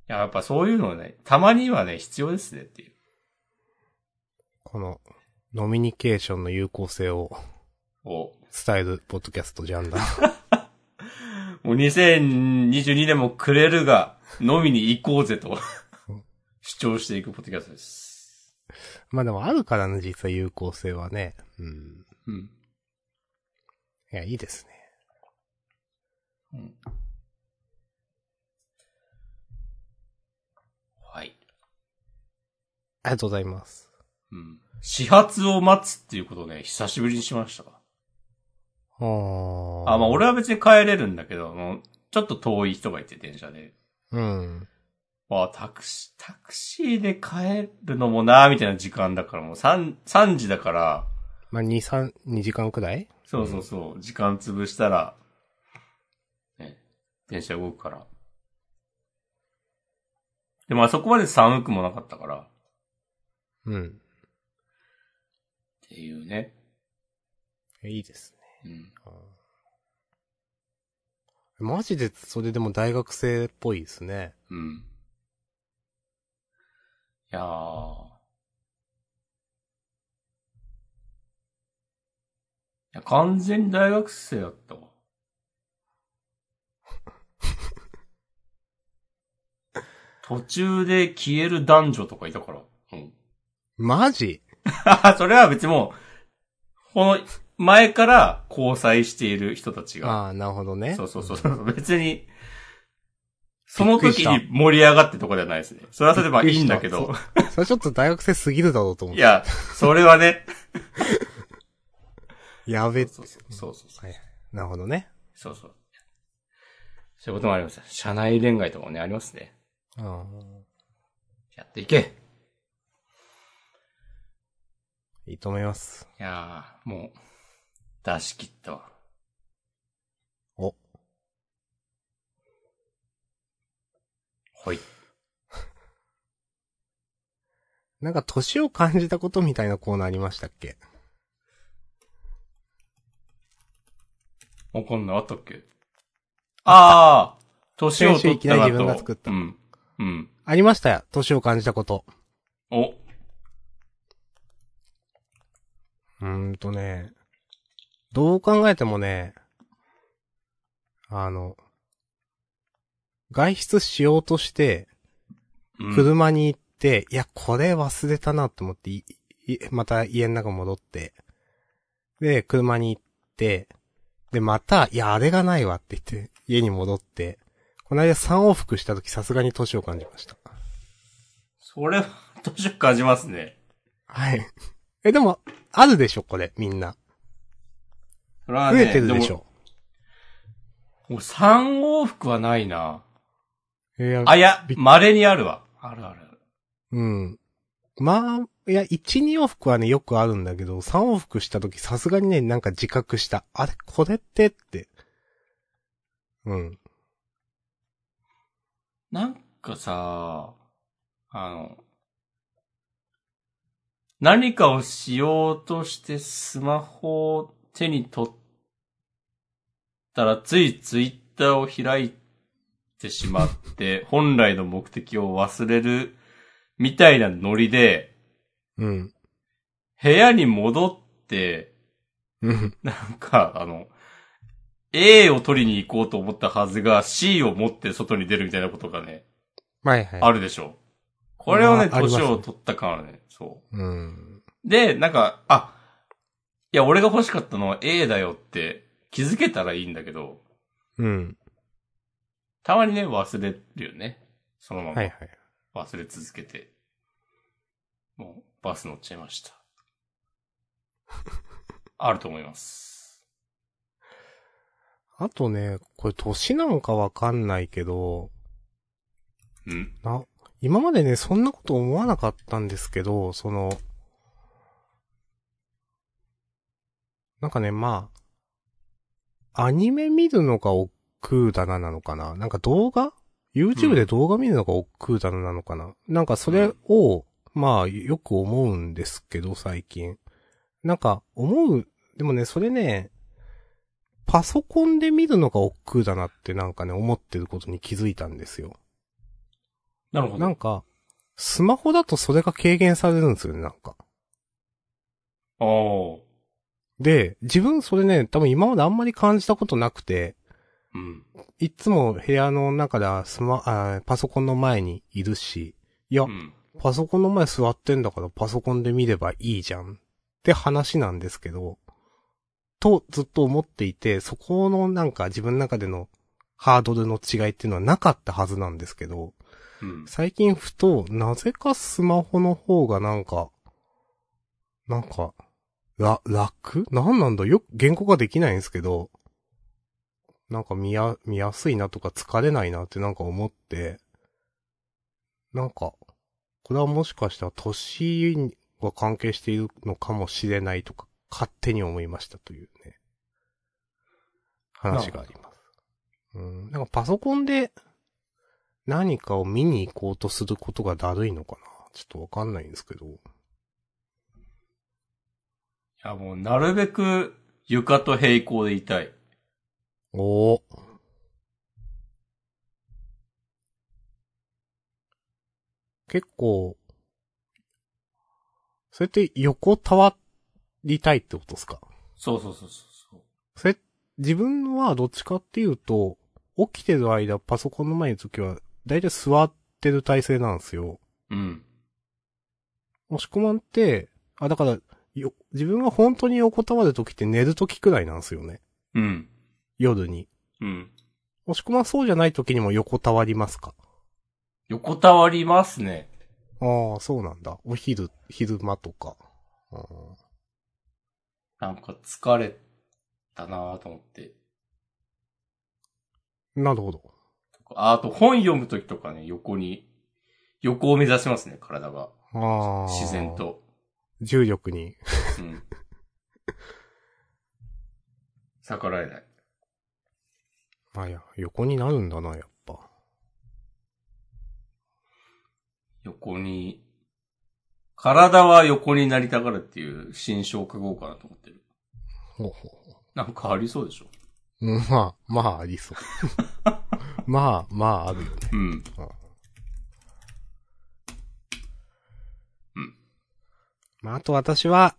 Speaker 1: いや、やっぱそういうのね、たまにはね、必要ですねっていう。
Speaker 2: この、ノミニケーションの有効性を
Speaker 1: お
Speaker 2: 伝えるポッドキャストジャ ンダー。
Speaker 1: もう2022年もくれるが、飲みに行こうぜと
Speaker 2: うん、
Speaker 1: 主張していくポッドキャストです。
Speaker 2: まあでもあるからね、実は有効性はね。うん。
Speaker 1: うん。
Speaker 2: いや、いいですね。
Speaker 1: はい。
Speaker 2: ありがとうございます。
Speaker 1: うん。始発を待つっていうことをね、久しぶりにしました。
Speaker 2: ああ。
Speaker 1: あ、まあ俺は別に帰れるんだけど、もうちょっと遠い人がいて、電車で。
Speaker 2: うん。
Speaker 1: まあ、タクシー、タクシーで帰るのもなーみたいな時間だから、もう3、3時だから、
Speaker 2: まあ、2、3、2時間くらい
Speaker 1: そうそうそう、時間潰したら、ね、電車動くから。でもあそこまで寒くもなかったから、っ
Speaker 2: うん。
Speaker 1: ていうね。
Speaker 2: いいですね。
Speaker 1: うん。
Speaker 2: マジで、それでも大学生っぽいですね。
Speaker 1: うん。いやー。いや、完全に大学生だ ったわ。途中で消える男女とかいたから。うん。
Speaker 2: マジ
Speaker 1: それは別にもう、この前から交際している人たちが。
Speaker 2: ああ、なるほどね。
Speaker 1: そうそうそうそう。別に、その時に盛り上がってとかじゃないですね。それはそれでまあいいんだけ
Speaker 2: びっ
Speaker 1: ど。
Speaker 2: それちょっと大学生すぎるだろうと思
Speaker 1: い
Speaker 2: って。
Speaker 1: や、それはね。
Speaker 2: やべ。
Speaker 1: そうそうそうそう。
Speaker 2: はい。なるほどね。
Speaker 1: そうそう。そういうこともあります。社内恋愛とかもね、ありますね。
Speaker 2: ああ。
Speaker 1: やっていけ。
Speaker 2: いいと思います。
Speaker 1: いやー、もう、出し切ったわ。
Speaker 2: お。
Speaker 1: ほい。
Speaker 2: なんか、年を感じたことみたいなコーナーありましたっけ
Speaker 1: わかんない。あったっけああ年を取ったなと。
Speaker 2: 先週いきなり自分が作った
Speaker 1: うん。うん。
Speaker 2: ありましたよ。年を感じたこと。
Speaker 1: お。
Speaker 2: うーんとね、どう考えてもね、あの、外出しようとして、
Speaker 1: うん
Speaker 2: 車に行って、いや、これ忘れたなと思って、いいまた家の中戻って、で、車に行って、で、また、いや、あれがないわって言って、家に戻って、この間3往復した時さすがに年を感じました。
Speaker 1: それは、年を感じますね。
Speaker 2: はい。え、でも、あるでしょ、これ、みんな。
Speaker 1: それは
Speaker 2: 増
Speaker 1: ね
Speaker 2: えてるでしょ。
Speaker 1: でももう3往復はないな。
Speaker 2: いや
Speaker 1: あ、いや、稀にあるわ。あるある。
Speaker 2: うん。まあ、いや、1、2往復はね、よくあるんだけど、3往復したとき、さすがにね、なんか自覚した。あれ、これってって。うん。
Speaker 1: なんかさ、あの、何かをしようとしてスマホを手に取ったらついツイッターを開いてしまって、本来の目的を忘れるみたいなノリで、
Speaker 2: うん。
Speaker 1: 部屋に戻って、
Speaker 2: うん。
Speaker 1: なんか、あの、A を取りに行こうと思ったはずが C を持って外に出るみたいなことがね、
Speaker 2: はいはい。
Speaker 1: あるでしょ。これはね、
Speaker 2: ああります
Speaker 1: 年を取った感あるね。そ
Speaker 2: うん。
Speaker 1: う。で、なんか、あ、いや、俺が欲しかったのは A だよって気づけたらいいんだけど、
Speaker 2: うん。
Speaker 1: たまにね、忘れるよね。そのま
Speaker 2: はい
Speaker 1: ま
Speaker 2: はい。
Speaker 1: 忘れ続けて。もう、バス乗っちゃいま した。あると思います。
Speaker 2: あとね、これ、年なんかわかんないけど、
Speaker 1: うん。
Speaker 2: な、今までね、そんなこと思わなかったんですけど、その、なんかね、まあ、アニメ見るのが億劫だななのかななんか動画 ?YouTube で動画見るのが億劫だななのかな、なんかそれを、まあ、よく思うんですけど、最近。なんか、思う、でもね、それね、パソコンで見るのが億劫だなってなんかね、思ってることに気づいたんですよ。
Speaker 1: なるほ
Speaker 2: なん
Speaker 1: ど。
Speaker 2: か、スマホだとそれが軽減されるんですよね、なんか。
Speaker 1: おー。
Speaker 2: で、自分それね、多分今まであんまり感じたことなくて、
Speaker 1: うん。
Speaker 2: いつも部屋の中ではスマ、あーパソコンの前にいるし、いや
Speaker 1: う、ん。
Speaker 2: パソコンの前座ってんだからパソコンで見ればいいじゃんって話なんですけど、とずっと思っていて、そこのなんか自分の中でのハードルの違いっていうのはなかったはずなんですけど、
Speaker 1: うん。
Speaker 2: 最近ふと、なぜかスマホの方がなんか、なんか、ら、楽なんなんだよく原稿ができないんですけど、なんか見や、見やすいなとか疲れないなってなんか思って、なんか、これはもしかしたら年が関係しているのかもしれないとか、勝手に思いましたというね、話があります。うん、なんかパソコンで何かを見に行こうとすることがだるいのかなちょっとわかんないんですけど。
Speaker 1: いや、もう、なるべく、床と平行でいたい。
Speaker 2: おー。結構、それって横たわりたいってことですか
Speaker 1: そうそうそうそう
Speaker 2: それ、自分はどっちかっていうと、起きてる間パソコンの前にいる時は、だいたい座ってる体勢なんですよ。
Speaker 1: そう。うん。
Speaker 2: 押し込まんって、あ、だから、よ、自分が本当に横たわる時って寝る時くらいなんですよね。
Speaker 1: うん。
Speaker 2: 夜に。
Speaker 1: うん。
Speaker 2: 押し込まんそうじゃない時にも横たわりますか
Speaker 1: 横たわりますね。
Speaker 2: ああ、そうなんだ。お昼、昼間とか。うん
Speaker 1: なんか疲れたなぁと思って。
Speaker 2: なるほど。
Speaker 1: ああと本読むときとかね、横に、横を目指しますね、体が。
Speaker 2: ああ。
Speaker 1: 自然。と。
Speaker 2: 重力に。
Speaker 1: うん。逆らえない。
Speaker 2: あいや、横になるんだな、やっぱ。
Speaker 1: 横に、体は横になりたがるっていう新章を書こうかなと思ってる。
Speaker 2: ほうほうほ
Speaker 1: なんかありそうでしょ。
Speaker 2: ううんまあ、まあ、あり そう。まあ、まあ、あるよね。
Speaker 1: うん。
Speaker 2: まあ、あと私は、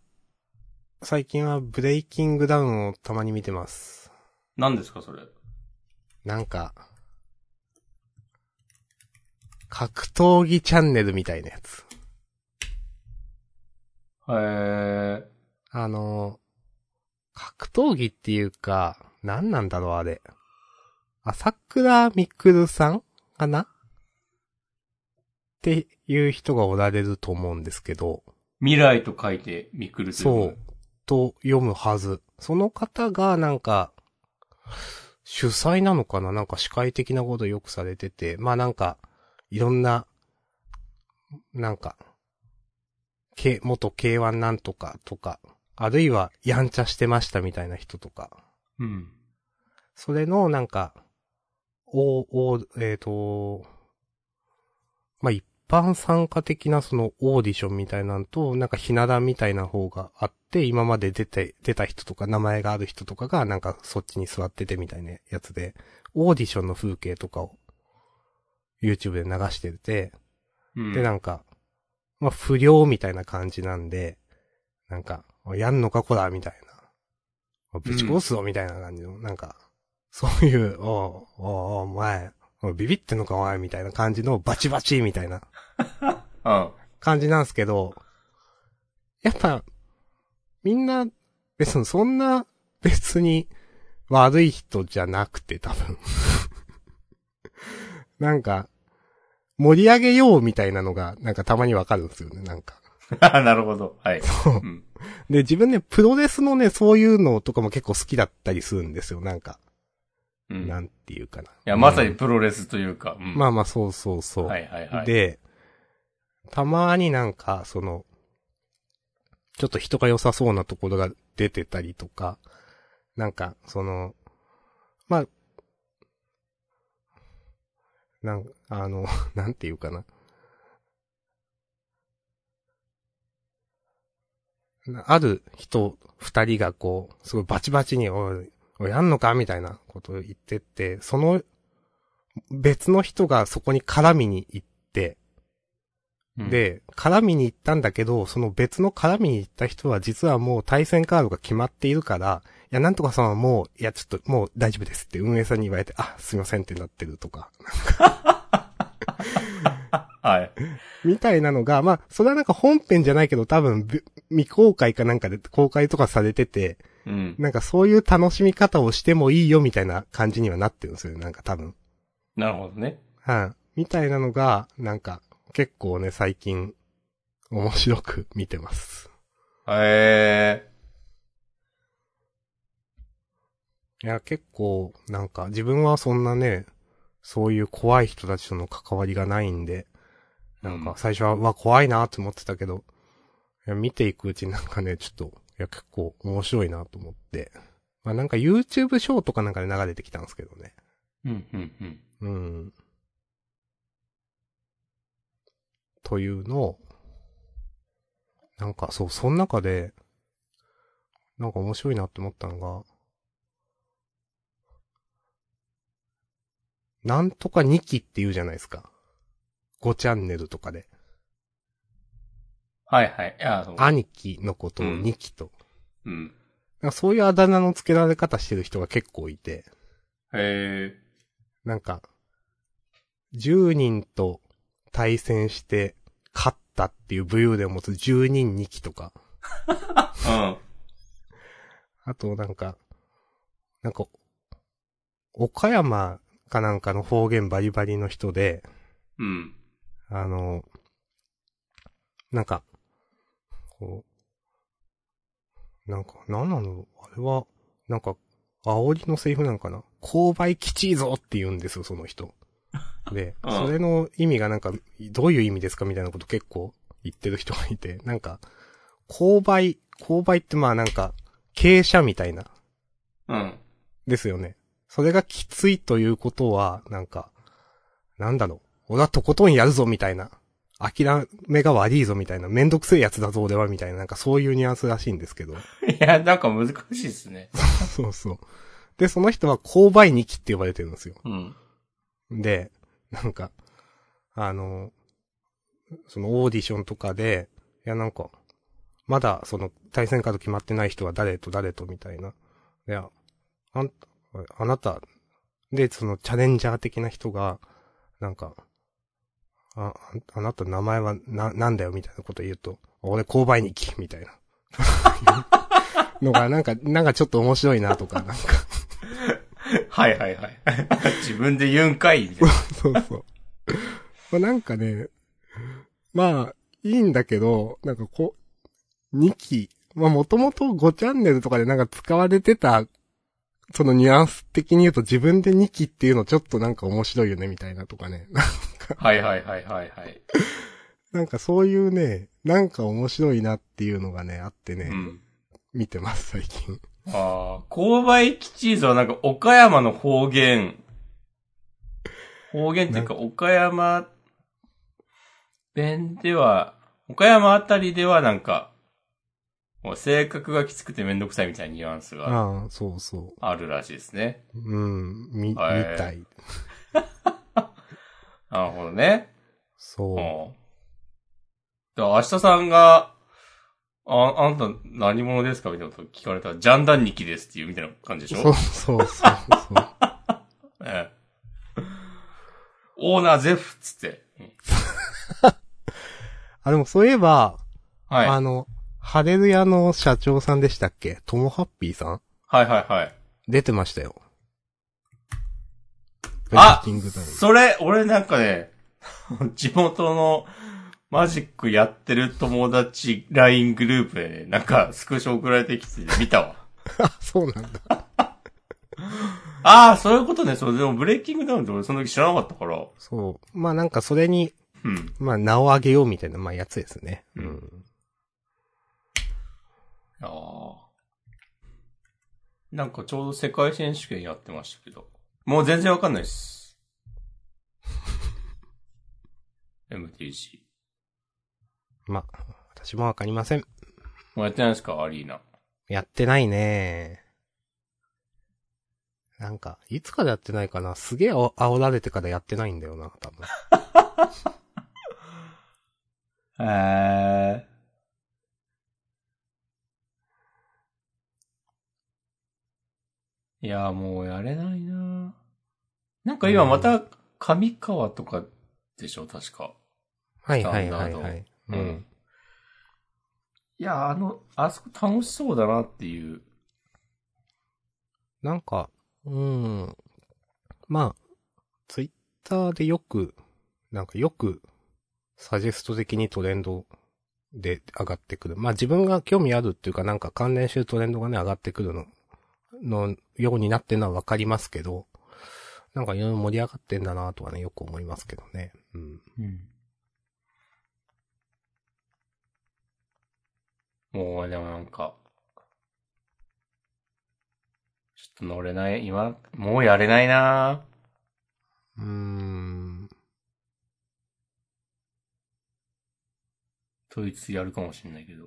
Speaker 2: 最近はブレイキングダウンをたまに見てます。
Speaker 1: 何ですか、それ。
Speaker 2: なんか、格闘技チャンネルみたいなやつ。
Speaker 1: へえ。
Speaker 2: あの、格闘技っていうか、何なんだろう、あれ。朝倉みくるさんかなっていう人がおられると思うんですけど、
Speaker 1: 未来と書いて、みくるとい
Speaker 2: そう、と読むはず。その方がなんか、主催なのかななんか司会的なことよくされてて、まあなんか、いろんな、なんか、K、元 K1 なんとかとか、あるいはやんちゃしてましたみたいな人とか、
Speaker 1: う。うん。
Speaker 2: それのなんか、お、お、えっ、と、まあ、一般参加的なそのオーディションみたいなのと、なんかひな壇みたいな方があって、今まで出て、出た人とか名前がある人とかがなんかそっちに座っててみたいなやつで、オーディションの風景とかを YouTube で流してて、
Speaker 1: うん。
Speaker 2: で、なんか、まあ、不良みたいな感じなんで、なんか、おやんのかこら、みたいな。おぶち殺すぞ、みたいな感じの、なんか、そういう、おうおうおうお前、おいビビってんのか、お前、みたいな感じの、バチバチ、みたいな
Speaker 1: うん。
Speaker 2: 感じなんですけど、やっぱ、みんな、別に、そんな、別に、悪い人じゃなくて、多分。 なんか、盛り上げようみたいなのが、なんかたまにわかるんですよね、なんか。
Speaker 1: なるほど。はい。うん。
Speaker 2: で、自分ね、プロレスのね、そういうのとかも結構好きだったりするんですよ、なんか。
Speaker 1: うん。
Speaker 2: ないんていうかな。い
Speaker 1: や、まさに。プロレスというか。うん、
Speaker 2: まあまあ、そうそうそう。
Speaker 1: はいはいはい。、
Speaker 2: で、たまになんか、その、ちょっと人が良さそうなところが出てたりとか、なんか、その、まあ、なん、あの、 なんていうかな。なある人二人がこう、すごいバチバチに、おい、おいやんのかみたいなことを言ってって、その別の人がそこに絡みに行って、
Speaker 1: うん、
Speaker 2: で、絡みに行ったんだけど、その別の絡みに行った人は実はもう対戦カードが決まっているから、いや、なんとかさんはもう、いや、ちょっともう大丈夫ですって運営さんに言われて、あ、すいませんってなってるとか、
Speaker 1: はい。
Speaker 2: みたいなのが、まあ、それはなんか本編じゃないけど、多分、ぶ未公開かなんかで公開とかされてて、
Speaker 1: うん。
Speaker 2: なんかそういう楽しみ方をしてもいいよみたいな感じにはなってるんですよね、なんか多分。
Speaker 1: なるほどね。
Speaker 2: はい。みたいなのが、なんか、結構ね、最近、面白く見てます。
Speaker 1: へえ。
Speaker 2: いや、結構、なんか、自分はそんなね、そういう怖い人たちとの関わりがないんで、なん
Speaker 1: うん
Speaker 2: か、最初は、うわ、怖いなと思ってたけど、いや、見ていくうちになんかね、ちょっと、いや、結構面白いなと思って。まあ、なんか YouTube ショーとかなんかで流れてきたんですけどね。
Speaker 1: うん、うん、うん。
Speaker 2: うん。というのを、なんかそう、その中で、なんか面白いなって思ったのが、なんとか2期って言うじゃないですか。5チャンネルとかで。
Speaker 1: はいはい。いや、そう。
Speaker 2: 兄貴のことを2期と。
Speaker 1: うん。
Speaker 2: なんかそういうあだ名の付けられ方してる人が結構いて。
Speaker 1: へえ。
Speaker 2: なんか、10人と対戦して勝ったっていう武勇伝を持つ10人2期とか、
Speaker 1: うん。
Speaker 2: あとなんか、なんか、岡山かなんかの方言バリバリの人で、
Speaker 1: うん。
Speaker 2: あの、なんか、こう、なんか、なんなのあれは、なんか、煽りのセリフなんかな購買きちいぞって言うんですよ、そ の人。で、
Speaker 1: うん
Speaker 2: それの意味がなんか、どういう意味ですかみたいなこと結構言ってる人がいて、なんか、購買、購買ってまあなんか、傾斜みたいな、
Speaker 1: うん。
Speaker 2: ですよね。それがきついということは、なんか、なんだろう。俺はとことんやるぞ、みたいな。諦めが悪いぞ、みたいな。めんどくせえやつだぞ、俺は、みたいな。なんかそういうニュアンスらしいんですけど。
Speaker 1: いや、なんか難しいですね。
Speaker 2: そうそう。で、その人は勾配二期って呼ばれてるんですよ。
Speaker 1: うん。
Speaker 2: で、なんか、あの、そのオーディションとかで、いやなんか、まだその対戦カード決まってない人は誰と誰とみたいな。いや、あん、あなた、で、そのチャレンジャー的な人が、なんか、あ、ああなた名前はな、なんだよみたいなこと言うと、俺購買に行き、みたいな。 のが、なんか、なんかちょっと面白いなとか、なんか。
Speaker 1: はいはいはい。 自分で言うんかいみたいな。
Speaker 2: そうそう。まあなんかね、まあ、いいんだけど、なんかこう、2期、まあもともと5チャンネルとかでなんか使われてた、そのニュアンス的に言うと自分で2期っていうのちょっとなんか面白いよねみたいなとかね。
Speaker 1: はいはいはいはいはい。
Speaker 2: なんかそういうね、なんか面白いなっていうのがね、あってね、
Speaker 1: うん。
Speaker 2: 見てます最近。
Speaker 1: ああ、購買キチーズはなんか岡山の方言。方言っていうか岡山弁では、岡山あたりではなんか、もう性格がきつくてめんどくさいみたいなニュアンスが
Speaker 2: ああ、そうそ
Speaker 1: あるらしいですね。
Speaker 2: う。うん、み、み
Speaker 1: はい
Speaker 2: たい。
Speaker 1: なるほどね。う
Speaker 2: そう。
Speaker 1: ん。だから明日さんが、あ、あんた何者ですかみたいなこと聞かれたら、ジャンダンニキですっていうみたいな感じでしょ
Speaker 2: そうそうそうそう。
Speaker 1: ええ。オーナーゼフっつって。うん
Speaker 2: あ、でもそういえば、
Speaker 1: はい。は
Speaker 2: あ
Speaker 1: い
Speaker 2: の、ハレルヤの社長さんでしたっけトモハッピーさん
Speaker 1: はいはい。
Speaker 2: 出てましたよ。ブレ
Speaker 1: あ
Speaker 2: イキングダウン。
Speaker 1: それ、俺なんかね、 地元のマジックやってる友達 LINE グループでね、なんかスクショ送られてきて見たわ。
Speaker 2: あ、 そうなんだ。
Speaker 1: ああ、そういうことね。そう、でもブレイキングダウンって俺その時知らなかったから。
Speaker 2: そう。まあなんかそれに、
Speaker 1: うん。
Speaker 2: まあ名を上げようみたいな、まあやつですね。
Speaker 1: うん
Speaker 2: ん。
Speaker 1: ああ。なんかちょうど世界選手権やってましたけど。もう全然わかんないっす。MTC。
Speaker 2: まあ、私もわかりません。
Speaker 1: もうやってないですかアリーナ。
Speaker 2: やってないねなんか、いつからやってないかなすげえあ煽られてからやってないんだよな、 多分。
Speaker 1: へえ。いや、もうやれないななんか今また、上川とかでしょ確か。
Speaker 2: はいはいはいはい。
Speaker 1: う。いや、あの、あそこ楽しそうだなっていう。
Speaker 2: なんか、うーん。まあ、ツイッターでよく、なんかよく、サジェスト的にトレンドで上がってくる。まあ自分が興味あるっていうかなんか関連してるトレンドがね上がってくるののようになってるのはわかりますけど、なんかいろいろ盛り上がってんだなとはね、よく思いますけどね。うん。
Speaker 1: うん。もう、でもなんか、ちょっと乗れない、今、もうやれないなぁ
Speaker 2: うーん。
Speaker 1: と言いつつやるかもしれないけど。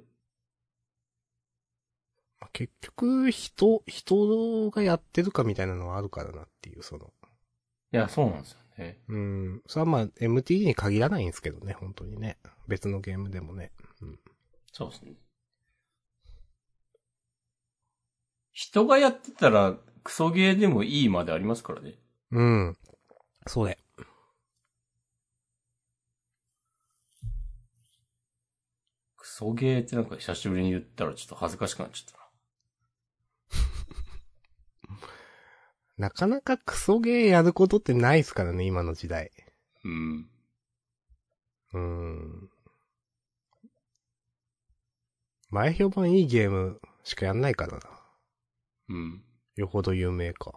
Speaker 2: まあ結局、人、人がやってるかみたいなのはあるからなっていう、その。
Speaker 1: いや、そうなんですよね。
Speaker 2: うん。それはまあ、MTG に限らないんですけどね、本当にね。別のゲームでもね。
Speaker 1: そうですね。人がやってたら、クソゲーでもいいまでありますからね。
Speaker 2: うん。それ。
Speaker 1: クソゲーってなんか久しぶりに言ったらちょっと恥ずかしくなっちゃっ
Speaker 2: なかなかクソゲーやることってないですからね、今の時代。
Speaker 1: たな。うん。
Speaker 2: うん。前評判いいゲームしかやんないからな。
Speaker 1: うん。
Speaker 2: よほど有名か。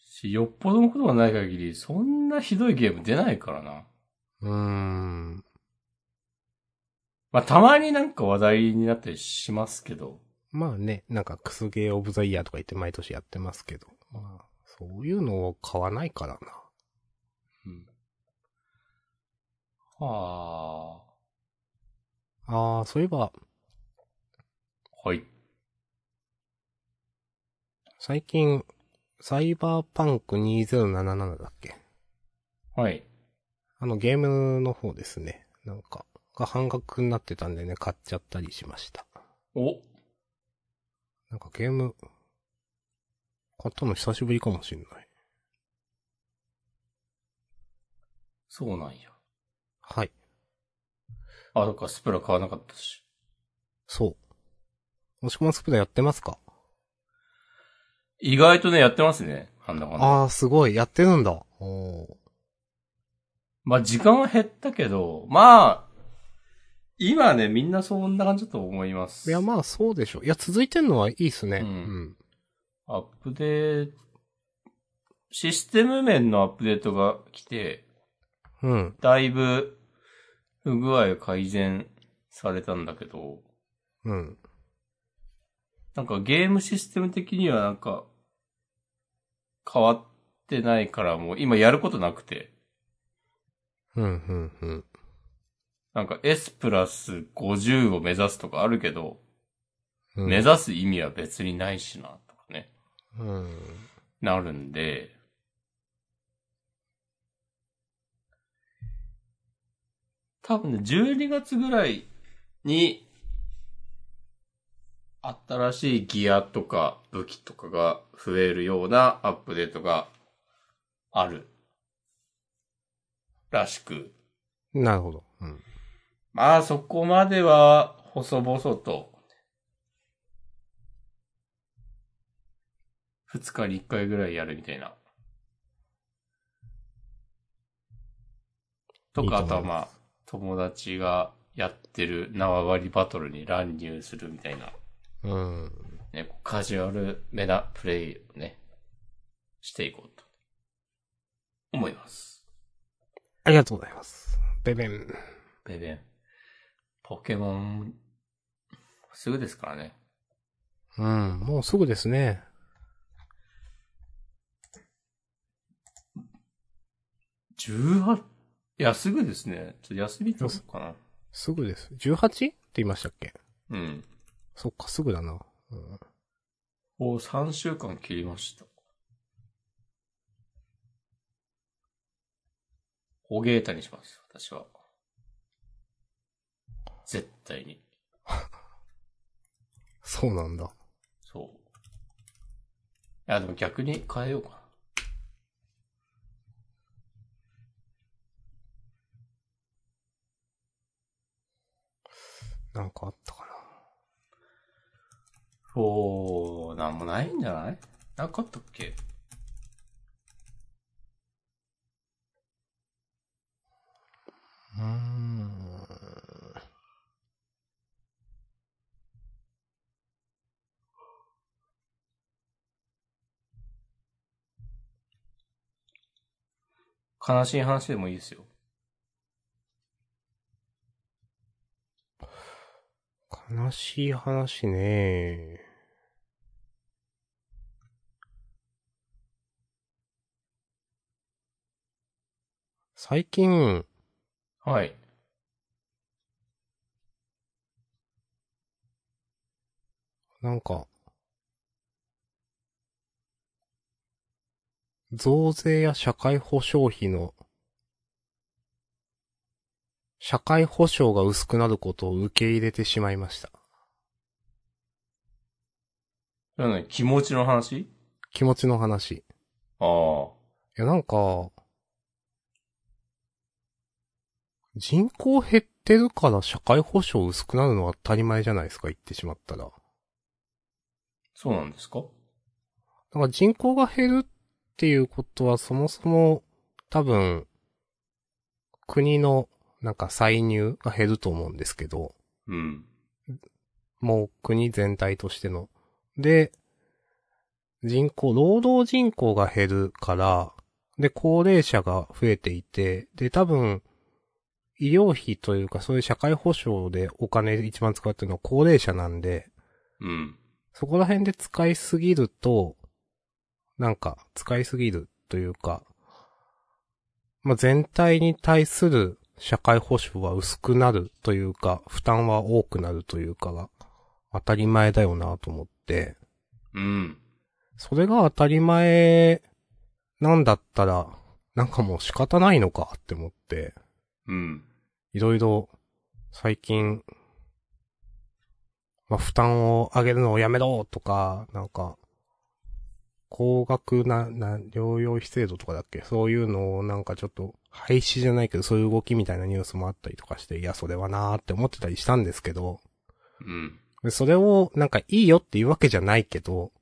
Speaker 1: し、よっぽどのことがない限り、そんなひどいゲーム出ないからな。
Speaker 2: うーん。
Speaker 1: まあ、たまになんか話題になったりしますけど。
Speaker 2: まあね、なんかクソゲーオブザイヤーとか言って毎年やってますけど。まあ、そういうのを買わないからな。
Speaker 1: うん。は
Speaker 2: ああ、そういえば、
Speaker 1: あ。はい。
Speaker 2: 最近、サイバーパンク2077だっけ
Speaker 1: はい。
Speaker 2: あのゲームの方ですね。なんか、が半額になってたんでね、買っちゃったりしました。
Speaker 1: お。
Speaker 2: なんかゲーム、買ったの久しぶりかもしんない。
Speaker 1: そうなんや。
Speaker 2: はい。
Speaker 1: あ、そっか、スプラ買わなかったし。
Speaker 2: そう。もしくはスプラやってますか
Speaker 1: 意外とね、やってますね。なんだかんだ。
Speaker 2: ああ、すごい。やってるんだ。おー
Speaker 1: まあ、時間は減ったけど、まあ、今ね、みんなそんな感じだと思います。
Speaker 2: いや、まあ、そうでしょう。いや、続いてんのはいいっすね。
Speaker 1: う
Speaker 2: うんん。
Speaker 1: アップデート、システム面のアップデートが来て、
Speaker 2: うん。
Speaker 1: だいぶ不具合を改善されたんだけど、
Speaker 2: うん。
Speaker 1: なんかゲームシステム的にはなんか変わってないからもう今やることなくて、
Speaker 2: うん。うん。うん。
Speaker 1: なんか S プラス50を目指すとかあるけど、
Speaker 2: うん。
Speaker 1: 目指す意味は別にないしな、とかね。
Speaker 2: うん。
Speaker 1: なるんで、多分ね、12月ぐらいに、新しいギアとか武器とかが増えるようなアップデートがある。らしく。
Speaker 2: なるほど。うん。
Speaker 1: まあそこまでは細々と、二日に一回ぐらいやるみたいな。と
Speaker 2: いいと
Speaker 1: か、あ
Speaker 2: 思います
Speaker 1: とはまあ、友達がやってる縄張りバトルに乱入するみたいな、
Speaker 2: うん。
Speaker 1: ね、こうカジュアルめなプレイをね、していこうと、思います。
Speaker 2: ありがとうございます。ベベン。
Speaker 1: ベベン。ポケモン、すぐですからね。
Speaker 2: うん。もうすぐですね。
Speaker 1: 18? いや、すぐですね。ちょっと休み取ろうかな。
Speaker 2: すぐです。18? って言いましたっけ
Speaker 1: うん。
Speaker 2: そっか、すぐだな。うん。
Speaker 1: お、3週間切りました。おげーたにします、私は。絶対に。
Speaker 2: そうなんだ。
Speaker 1: そう。いや、でも逆に変えようかな。
Speaker 2: なんかあったか
Speaker 1: おー、なんもないんじゃないなかったっけ
Speaker 2: な。うん。
Speaker 1: 悲しい話でもいいですよ。
Speaker 2: 悲しい話ね最近、
Speaker 1: はい。
Speaker 2: なんか、増税や社会保障費の、社会保障が薄くなることを受け入れてしまいました。
Speaker 1: それはね、気持ちの話
Speaker 2: 気持ちの話。
Speaker 1: ああ。
Speaker 2: いや、なんか、人口減ってるから社会保障薄くなるのは当たり前じゃないですか、言ってしまったら。
Speaker 1: そうなんですか
Speaker 2: だから人口が減るっていうことはそもそも多分、国のなんか歳入が減ると思うんですけど、
Speaker 1: うん。
Speaker 2: もう国全体としての。で、人口、労働人口が減るから、で、高齢者が増えていて、で、多分、医療費というかそういう社会保障でお金一番使ってるのは高齢者なんで、
Speaker 1: うん。
Speaker 2: そこら辺で使いすぎると、なんか、使いすぎるというか、まあ、全体に対する社会保障は薄くなるというか、負担は多くなるというかが、当たり前だよなと思って、
Speaker 1: うん。
Speaker 2: それが当たり前なんだったら、なんかもう仕方ないのかって思って、
Speaker 1: うん。
Speaker 2: いろいろ、最近、まあ、負担を上げるのをやめろとか、なんか、高額な、な、療養費制度とかだっけそういうのをなんかちょっと、廃止じゃないけど、そういう動きみたいなニュースもあったりとかして、いや、それはなーって思ってたりしたんですけど、
Speaker 1: うん。
Speaker 2: でそれを、なんかいいよっていうわけじゃないけど、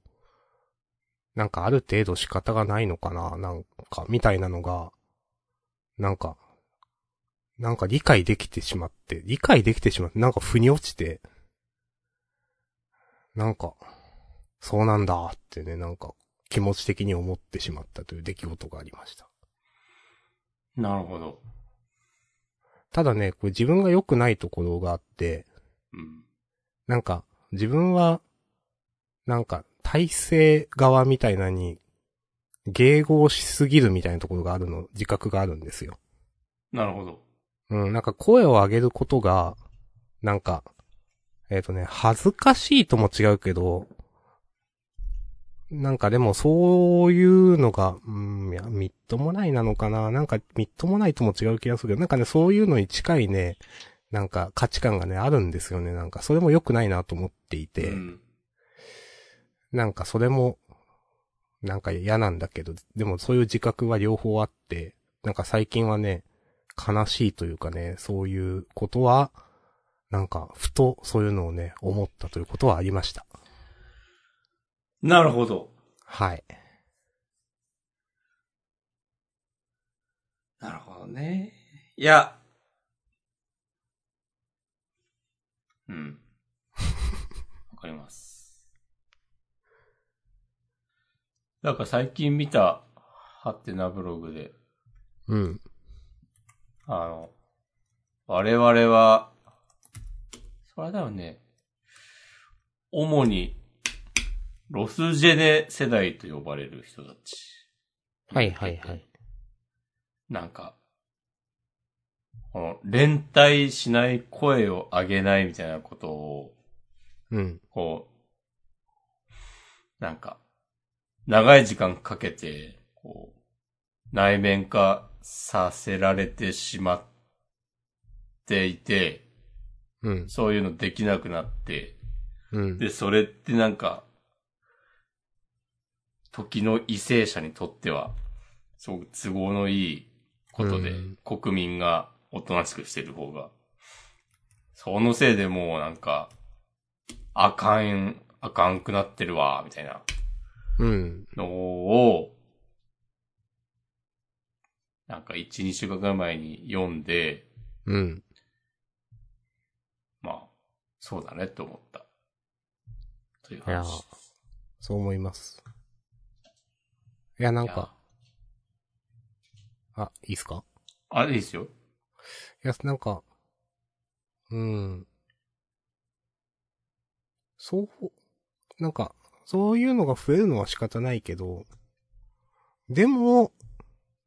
Speaker 2: なんかある程度仕方がないのかな、なんか、みたいなのが、なんか、なんか理解できてしまって、理解できてしまって、なんか腑に落ちて、なんか、そうなんだってね、なんか気持ち的に思ってしまったという出来事がありました。
Speaker 1: なるほど。
Speaker 2: ただね、これ自分が良くないところがあって、
Speaker 1: うん。
Speaker 2: なんか、自分は、なんか、体制側みたいなに、迎合しすぎるみたいなところがあるの、自覚があるんですよ。
Speaker 1: なるほど。
Speaker 2: うん、なんか声を上げることが、なんか、えっ、とね、恥ずかしいとも違うけど、なんかでもそういうのが、うん、いや、みっともないなのかななんかみっともないとも違う気がするけど、なんかね、そういうのに近いね、なんか価値観がね、あるんですよね。なんかそれも良くないなと思っていて、
Speaker 1: うん。
Speaker 2: なんかそれも、なんか嫌なんだけど、でもそういう自覚は両方あって、なんか最近はね、悲しいというかね、そういうことは、なんか、ふとそういうのをね、思ったということはありました。
Speaker 1: なるほど。
Speaker 2: はい。
Speaker 1: なるほどね。いや。うん。 わかります。なんか最近見た、ハテナブログで、
Speaker 2: うん。
Speaker 1: あの、我々は、それだよね。主に、ロスジェネ世代と呼ばれる人たち。
Speaker 2: はいはいはい。
Speaker 1: なんか、この、連帯しない声を上げないみたいなことを、
Speaker 2: うん。
Speaker 1: こう、なんか、長い時間かけて、こう、内面化させられてしまっていて、
Speaker 2: うん。
Speaker 1: そういうのできなくなって、
Speaker 2: うん。
Speaker 1: で、それってなんか、時の為政者にとっては、すごく都合のいいことで
Speaker 2: うん、
Speaker 1: 国民がおとなしくしてる方が、そのせいでもうなんか、あかん、あかんくなってるわ、みたいな
Speaker 2: うん。
Speaker 1: のを、なんか1、2週間ぐらい前に読んで、
Speaker 2: うん。
Speaker 1: まあ、そうだねって思った。という
Speaker 2: いや
Speaker 1: 話。い
Speaker 2: そう思います。いや、なんか、あ、いいっすか
Speaker 1: あ、いいですよ。
Speaker 2: いや、なんか、うん。そう、なんか、そういうのが増えるのは仕方ないけど、でも、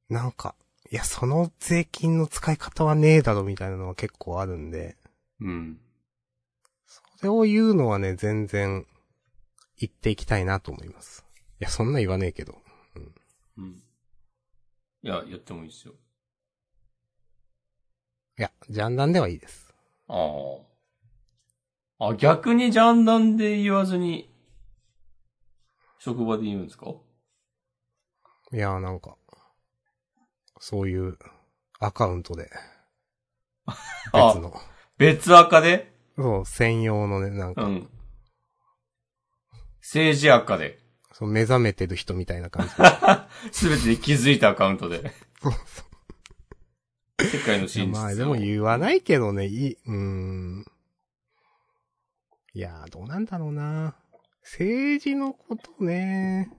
Speaker 2: なんか、いや、その税金の使い方はねえだろみたいなのは結構あるんで、
Speaker 1: うん。
Speaker 2: それを言うのはね、全然、言っていきたいなと思います。いや、そんな言わねえけど。
Speaker 1: うん。いや、やってもいいですよ。
Speaker 2: いや、ジャンダンではいいです。
Speaker 1: ああ。あ、逆にジャンダンで言わずに、職場で言うんですか
Speaker 2: いや、なんか、そういう、アカウントで、別
Speaker 1: あ、
Speaker 2: の。
Speaker 1: 別赤で
Speaker 2: そう、専用のね、なん
Speaker 1: う
Speaker 2: か、
Speaker 1: ん。政治赤で。
Speaker 2: そう目覚めてる人みたいな感じ。
Speaker 1: すべてに気づいたアカウントで。 世界の
Speaker 2: いや
Speaker 1: 真実を。
Speaker 2: まあでも言わないけどね、いい、うーん。いやー、どうなんだろうな。政治のことね。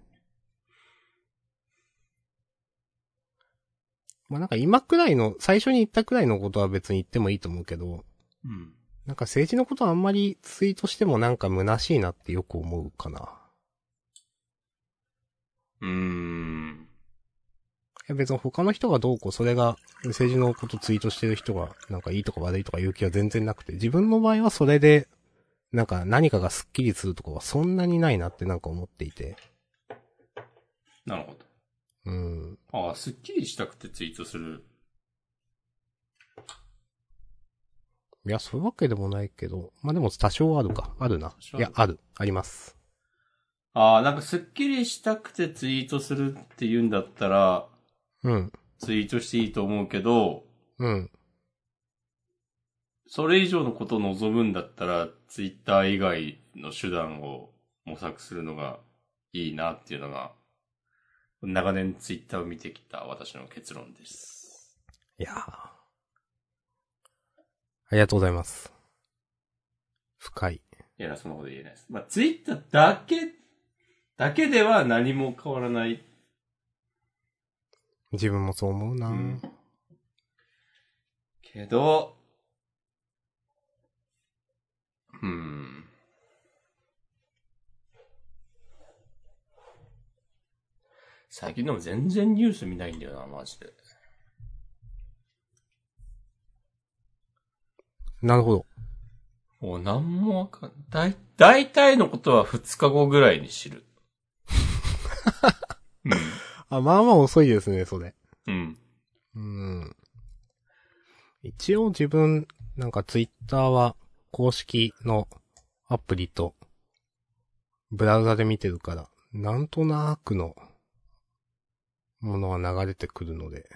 Speaker 2: まあなんか今くらいの、最初に言ったくらいのことは別に言ってもいいと思うけど、
Speaker 1: うん。
Speaker 2: なんか政治のことはあんまりツイートしてもなんか虚しいなってよく思うかな。
Speaker 1: うーん。
Speaker 2: いや別に他の人がどうこう、それが、政治のことツイートしてる人が、なんかいいとか悪いとか言う気は全然なくて、自分の場合はそれで、なんか何かがスッキリするとかはそんなにないなってなんか思っていて。
Speaker 1: なるほど。
Speaker 2: うん。
Speaker 1: ああ、すっきりしたくてツイートする。
Speaker 2: いや、そういうわけでもないけど、まあでも多少はあるか。あるな
Speaker 1: 多。少
Speaker 2: いや、ある。あります。
Speaker 1: ああ、なんかすっきりしたくてツイートするって言うんだったら、
Speaker 2: うん。
Speaker 1: ツイートしていいと思うけど、
Speaker 2: うん。
Speaker 1: それ以上のことを望むんだったら、ツイッター以外の手段を模索するのがいいなっていうのが、長年ツイッターを見てきた私の結論です。
Speaker 2: いやーありがとうございます。深い。
Speaker 1: いや、そんなこと言えないです。まあ、ツイッターだけ、だけでは何も変わらない。
Speaker 2: 自分もそう思うな、
Speaker 1: うんけど、うん。最近でも全然ニュース見ないんだよな、マジで。
Speaker 2: なるほど。
Speaker 1: もう何もわかん、だい、大体のことは2日後ぐらいに知る。
Speaker 2: あ、まあまあ遅いですね、それ。
Speaker 1: うん。
Speaker 2: うん。一応自分、なんかツイッターは公式のアプリとブラウザで見てるから、なんとなくのものは流れてくるので。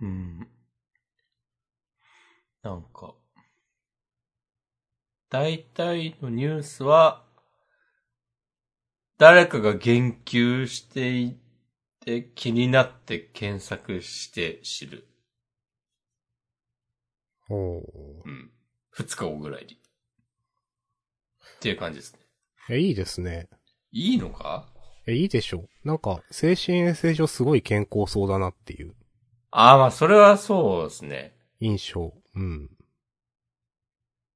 Speaker 1: うん。なんか、大体のニュースは、誰かが言及していて気になって検索して知る。
Speaker 2: おー
Speaker 1: うん。2日後ぐらいに。っていう感じですね。
Speaker 2: え、いいですね。
Speaker 1: いいのか
Speaker 2: え、いいでしょう。なんか、精神衛生上すごい健康そうだなっていう
Speaker 1: ああ、まあ、それはそうですね。
Speaker 2: 印象。うん。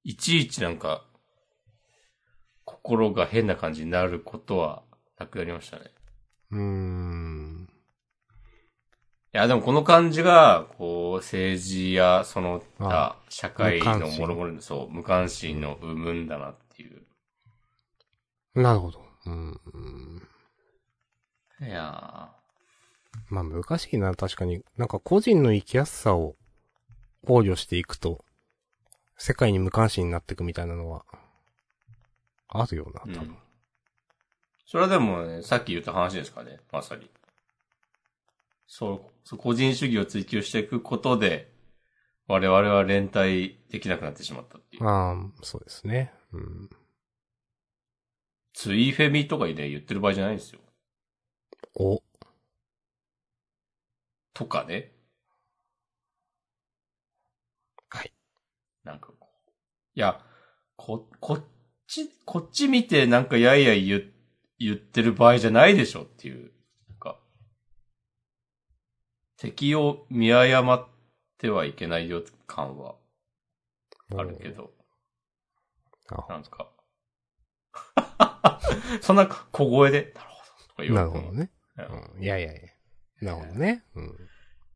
Speaker 1: いちいちなんか、心が変な感じになることはなくなりましたね。
Speaker 2: うーん。
Speaker 1: いや、でもこの感じが、こう、政治や、その他
Speaker 2: あ、
Speaker 1: 社会
Speaker 2: 無
Speaker 1: の
Speaker 2: 関心
Speaker 1: 諸々の、そう、無関心の生むんだなっていう。
Speaker 2: なるほど。うんうん。
Speaker 1: いや
Speaker 2: まあ難しいな、確かに。なんか個人の生きやすさを考慮していくと、世界に無関心になっていくみたいなのは、あるよな、
Speaker 1: ー、う
Speaker 2: 多分。
Speaker 1: ん。それはでもね、さっき言った話ですかね、まさに。そう、そう個人主義を追求していくことで、我々は連帯できなくなってしまったっていう。
Speaker 2: ああ、そうですね。うん。
Speaker 1: ツイフェミとかね、言ってる場合じゃないんですよ。
Speaker 2: お、
Speaker 1: とかね。
Speaker 2: はい。
Speaker 1: なんかこう。いや、こ、こっち、こっち見てなんかやいやい言う言ってる場合じゃないでしょっていう。なんか、敵を見誤ってはいけないよ感はあるけど、
Speaker 2: あ
Speaker 1: なんか。 そんな小声で、なるほど。とか言
Speaker 2: な
Speaker 1: わ
Speaker 2: る
Speaker 1: れて
Speaker 2: ほ
Speaker 1: も
Speaker 2: どね。うん。いやいやいや。なるほどね。うん。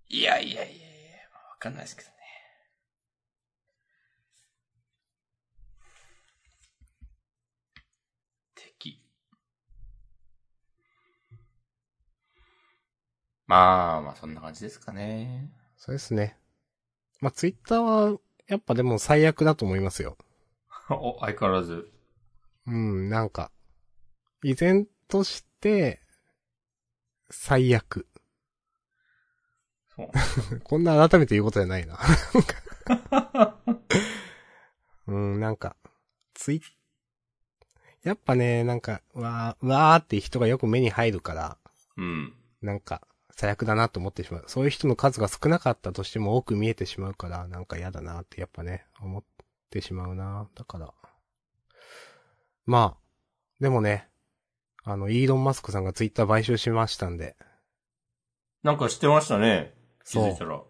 Speaker 1: いやいやいやいや、わかんないですけどね。敵。まあ、まあそんな感じですかね。
Speaker 2: そうですね。まあ、ツイッターは、やっぱでも最悪だと思いますよ。
Speaker 1: お、相変わらず。
Speaker 2: うん、なんか、依然として、最悪。
Speaker 1: そう。
Speaker 2: こんな改めて言うことじゃないな。 うん、なんか、ツイやっぱね、なんか、わー、わーって人がよく目に入るから、
Speaker 1: うん。
Speaker 2: なんか、最悪だなと思ってしまう。そういう人の数が少なかったとしても多く見えてしまうから、なんか嫌だなってやっぱね、思ってしまうな。だから。まあ、でもね、あの、イーロン・マスクさんがツイッター買収しましたんで、
Speaker 1: なんか知ってましたね。気づいたら。
Speaker 2: い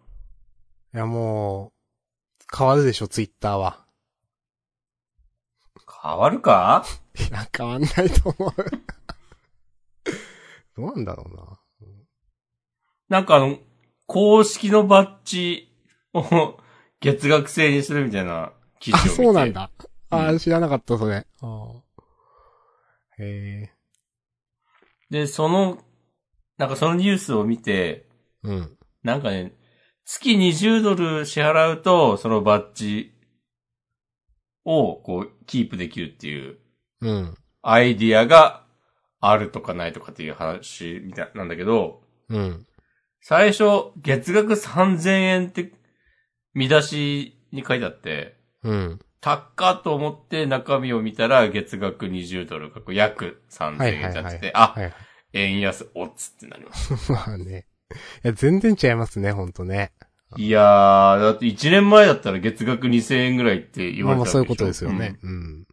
Speaker 2: やもう、変わるでしょ、ツイッターは。
Speaker 1: 変わるか
Speaker 2: いや、変わんないと思う。 どうなんだろうな。
Speaker 1: なんかあの、公式のバッジを 月額制にするみたいな記事を
Speaker 2: あ、
Speaker 1: 見て。
Speaker 2: そうなん。だ。あ
Speaker 1: う
Speaker 2: ー、知らなかった、それ。あーへ
Speaker 1: で、その、なんかそのニュースを見て、
Speaker 2: え。うん。
Speaker 1: なんかね、月20ドル支払うと、そのバッジをこう、キープできるっていう
Speaker 2: うん。
Speaker 1: アイディアがあるとかないとかっていう話みたいなんだけど、
Speaker 2: うん。
Speaker 1: 最初、月額3000円って、見出しに書いてあって、
Speaker 2: うん。
Speaker 1: 高っと思って中身を見たら月額20ドルか、約3000
Speaker 2: はい
Speaker 1: 円
Speaker 2: はい
Speaker 1: だ
Speaker 2: は
Speaker 1: っ
Speaker 2: い
Speaker 1: て。あ、
Speaker 2: はいはい。
Speaker 1: 円安、おっつってなります。
Speaker 2: まあね。いや、全然違いますね、ほんとね。
Speaker 1: いやー、だって1年前だったら月額2000円ぐらいって言
Speaker 2: ま
Speaker 1: わ
Speaker 2: あ
Speaker 1: れ
Speaker 2: ま
Speaker 1: て
Speaker 2: あ
Speaker 1: た
Speaker 2: そ
Speaker 1: わ
Speaker 2: ういう
Speaker 1: け
Speaker 2: こ
Speaker 1: でしょ
Speaker 2: とですよね。。うん。
Speaker 1: うん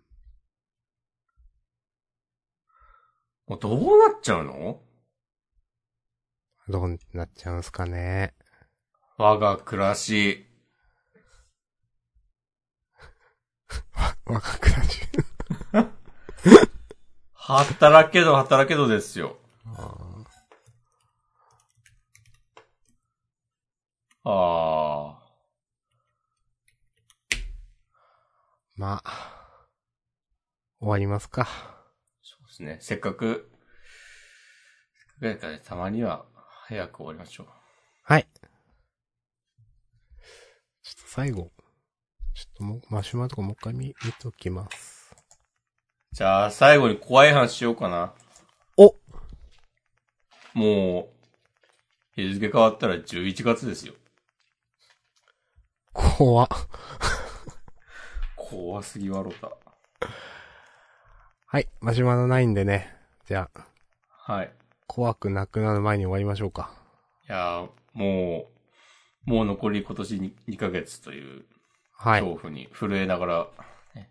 Speaker 1: もうどうなっちゃうの
Speaker 2: どうなっちゃうんすかね。
Speaker 1: 我が暮らし。
Speaker 2: 若くなっちゃ
Speaker 1: 働けど働けどですよ。
Speaker 2: うあ
Speaker 1: あー。
Speaker 2: ーまあ。終わりますか。
Speaker 1: そうですね。せっかく、せっかくだからねたまには早く終わりましょう。
Speaker 2: はい。ちょっと最後。ちょっともう、マシュマロとかもう一回見、見ときます。
Speaker 1: じゃあ、最後に怖い話しようかな。
Speaker 2: お
Speaker 1: もう、日付変わったら11月ですよ。
Speaker 2: 怖っ
Speaker 1: 怖すぎわろた。
Speaker 2: はい。マシュマロないんでね。じゃあ、
Speaker 1: はい。い
Speaker 2: 怖くなくなる前に終わりましょうか。
Speaker 1: やーもう、もう残り今年に2ヶ月という
Speaker 2: はい。
Speaker 1: 恐怖に震えながら、ね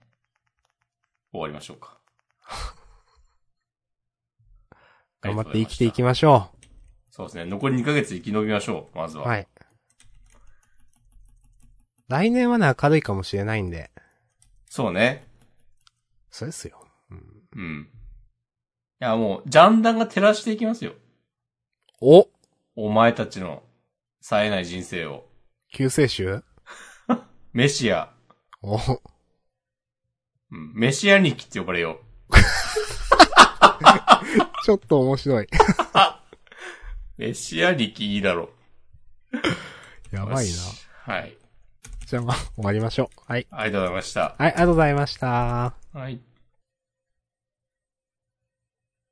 Speaker 1: 終わりましょうか。
Speaker 2: 頑張って生きていき
Speaker 1: ま
Speaker 2: ましょ
Speaker 1: す。そうですね。残り2ヶ月生き延びましょう。まず
Speaker 2: う。
Speaker 1: は。
Speaker 2: はい。来年はね、明るいかもしれないんで。
Speaker 1: そうね。
Speaker 2: そうですよ。
Speaker 1: うん。いや、もう、ジャンダンが照らしていきますよ。
Speaker 2: お
Speaker 1: お前たちの冴えない人生を。
Speaker 2: 救世主
Speaker 1: メシア。
Speaker 2: お
Speaker 1: うん。メシアニキって呼ばれよ
Speaker 2: ちょっと面白い。
Speaker 1: う。メシアニキいいだろ
Speaker 2: や
Speaker 1: う。
Speaker 2: ばい
Speaker 1: よ
Speaker 2: な。
Speaker 1: しはい。
Speaker 2: じゃあまあ、終わりましょう。はい。
Speaker 1: ありがとうございました。
Speaker 2: はい、ありがとうございました。
Speaker 1: はい。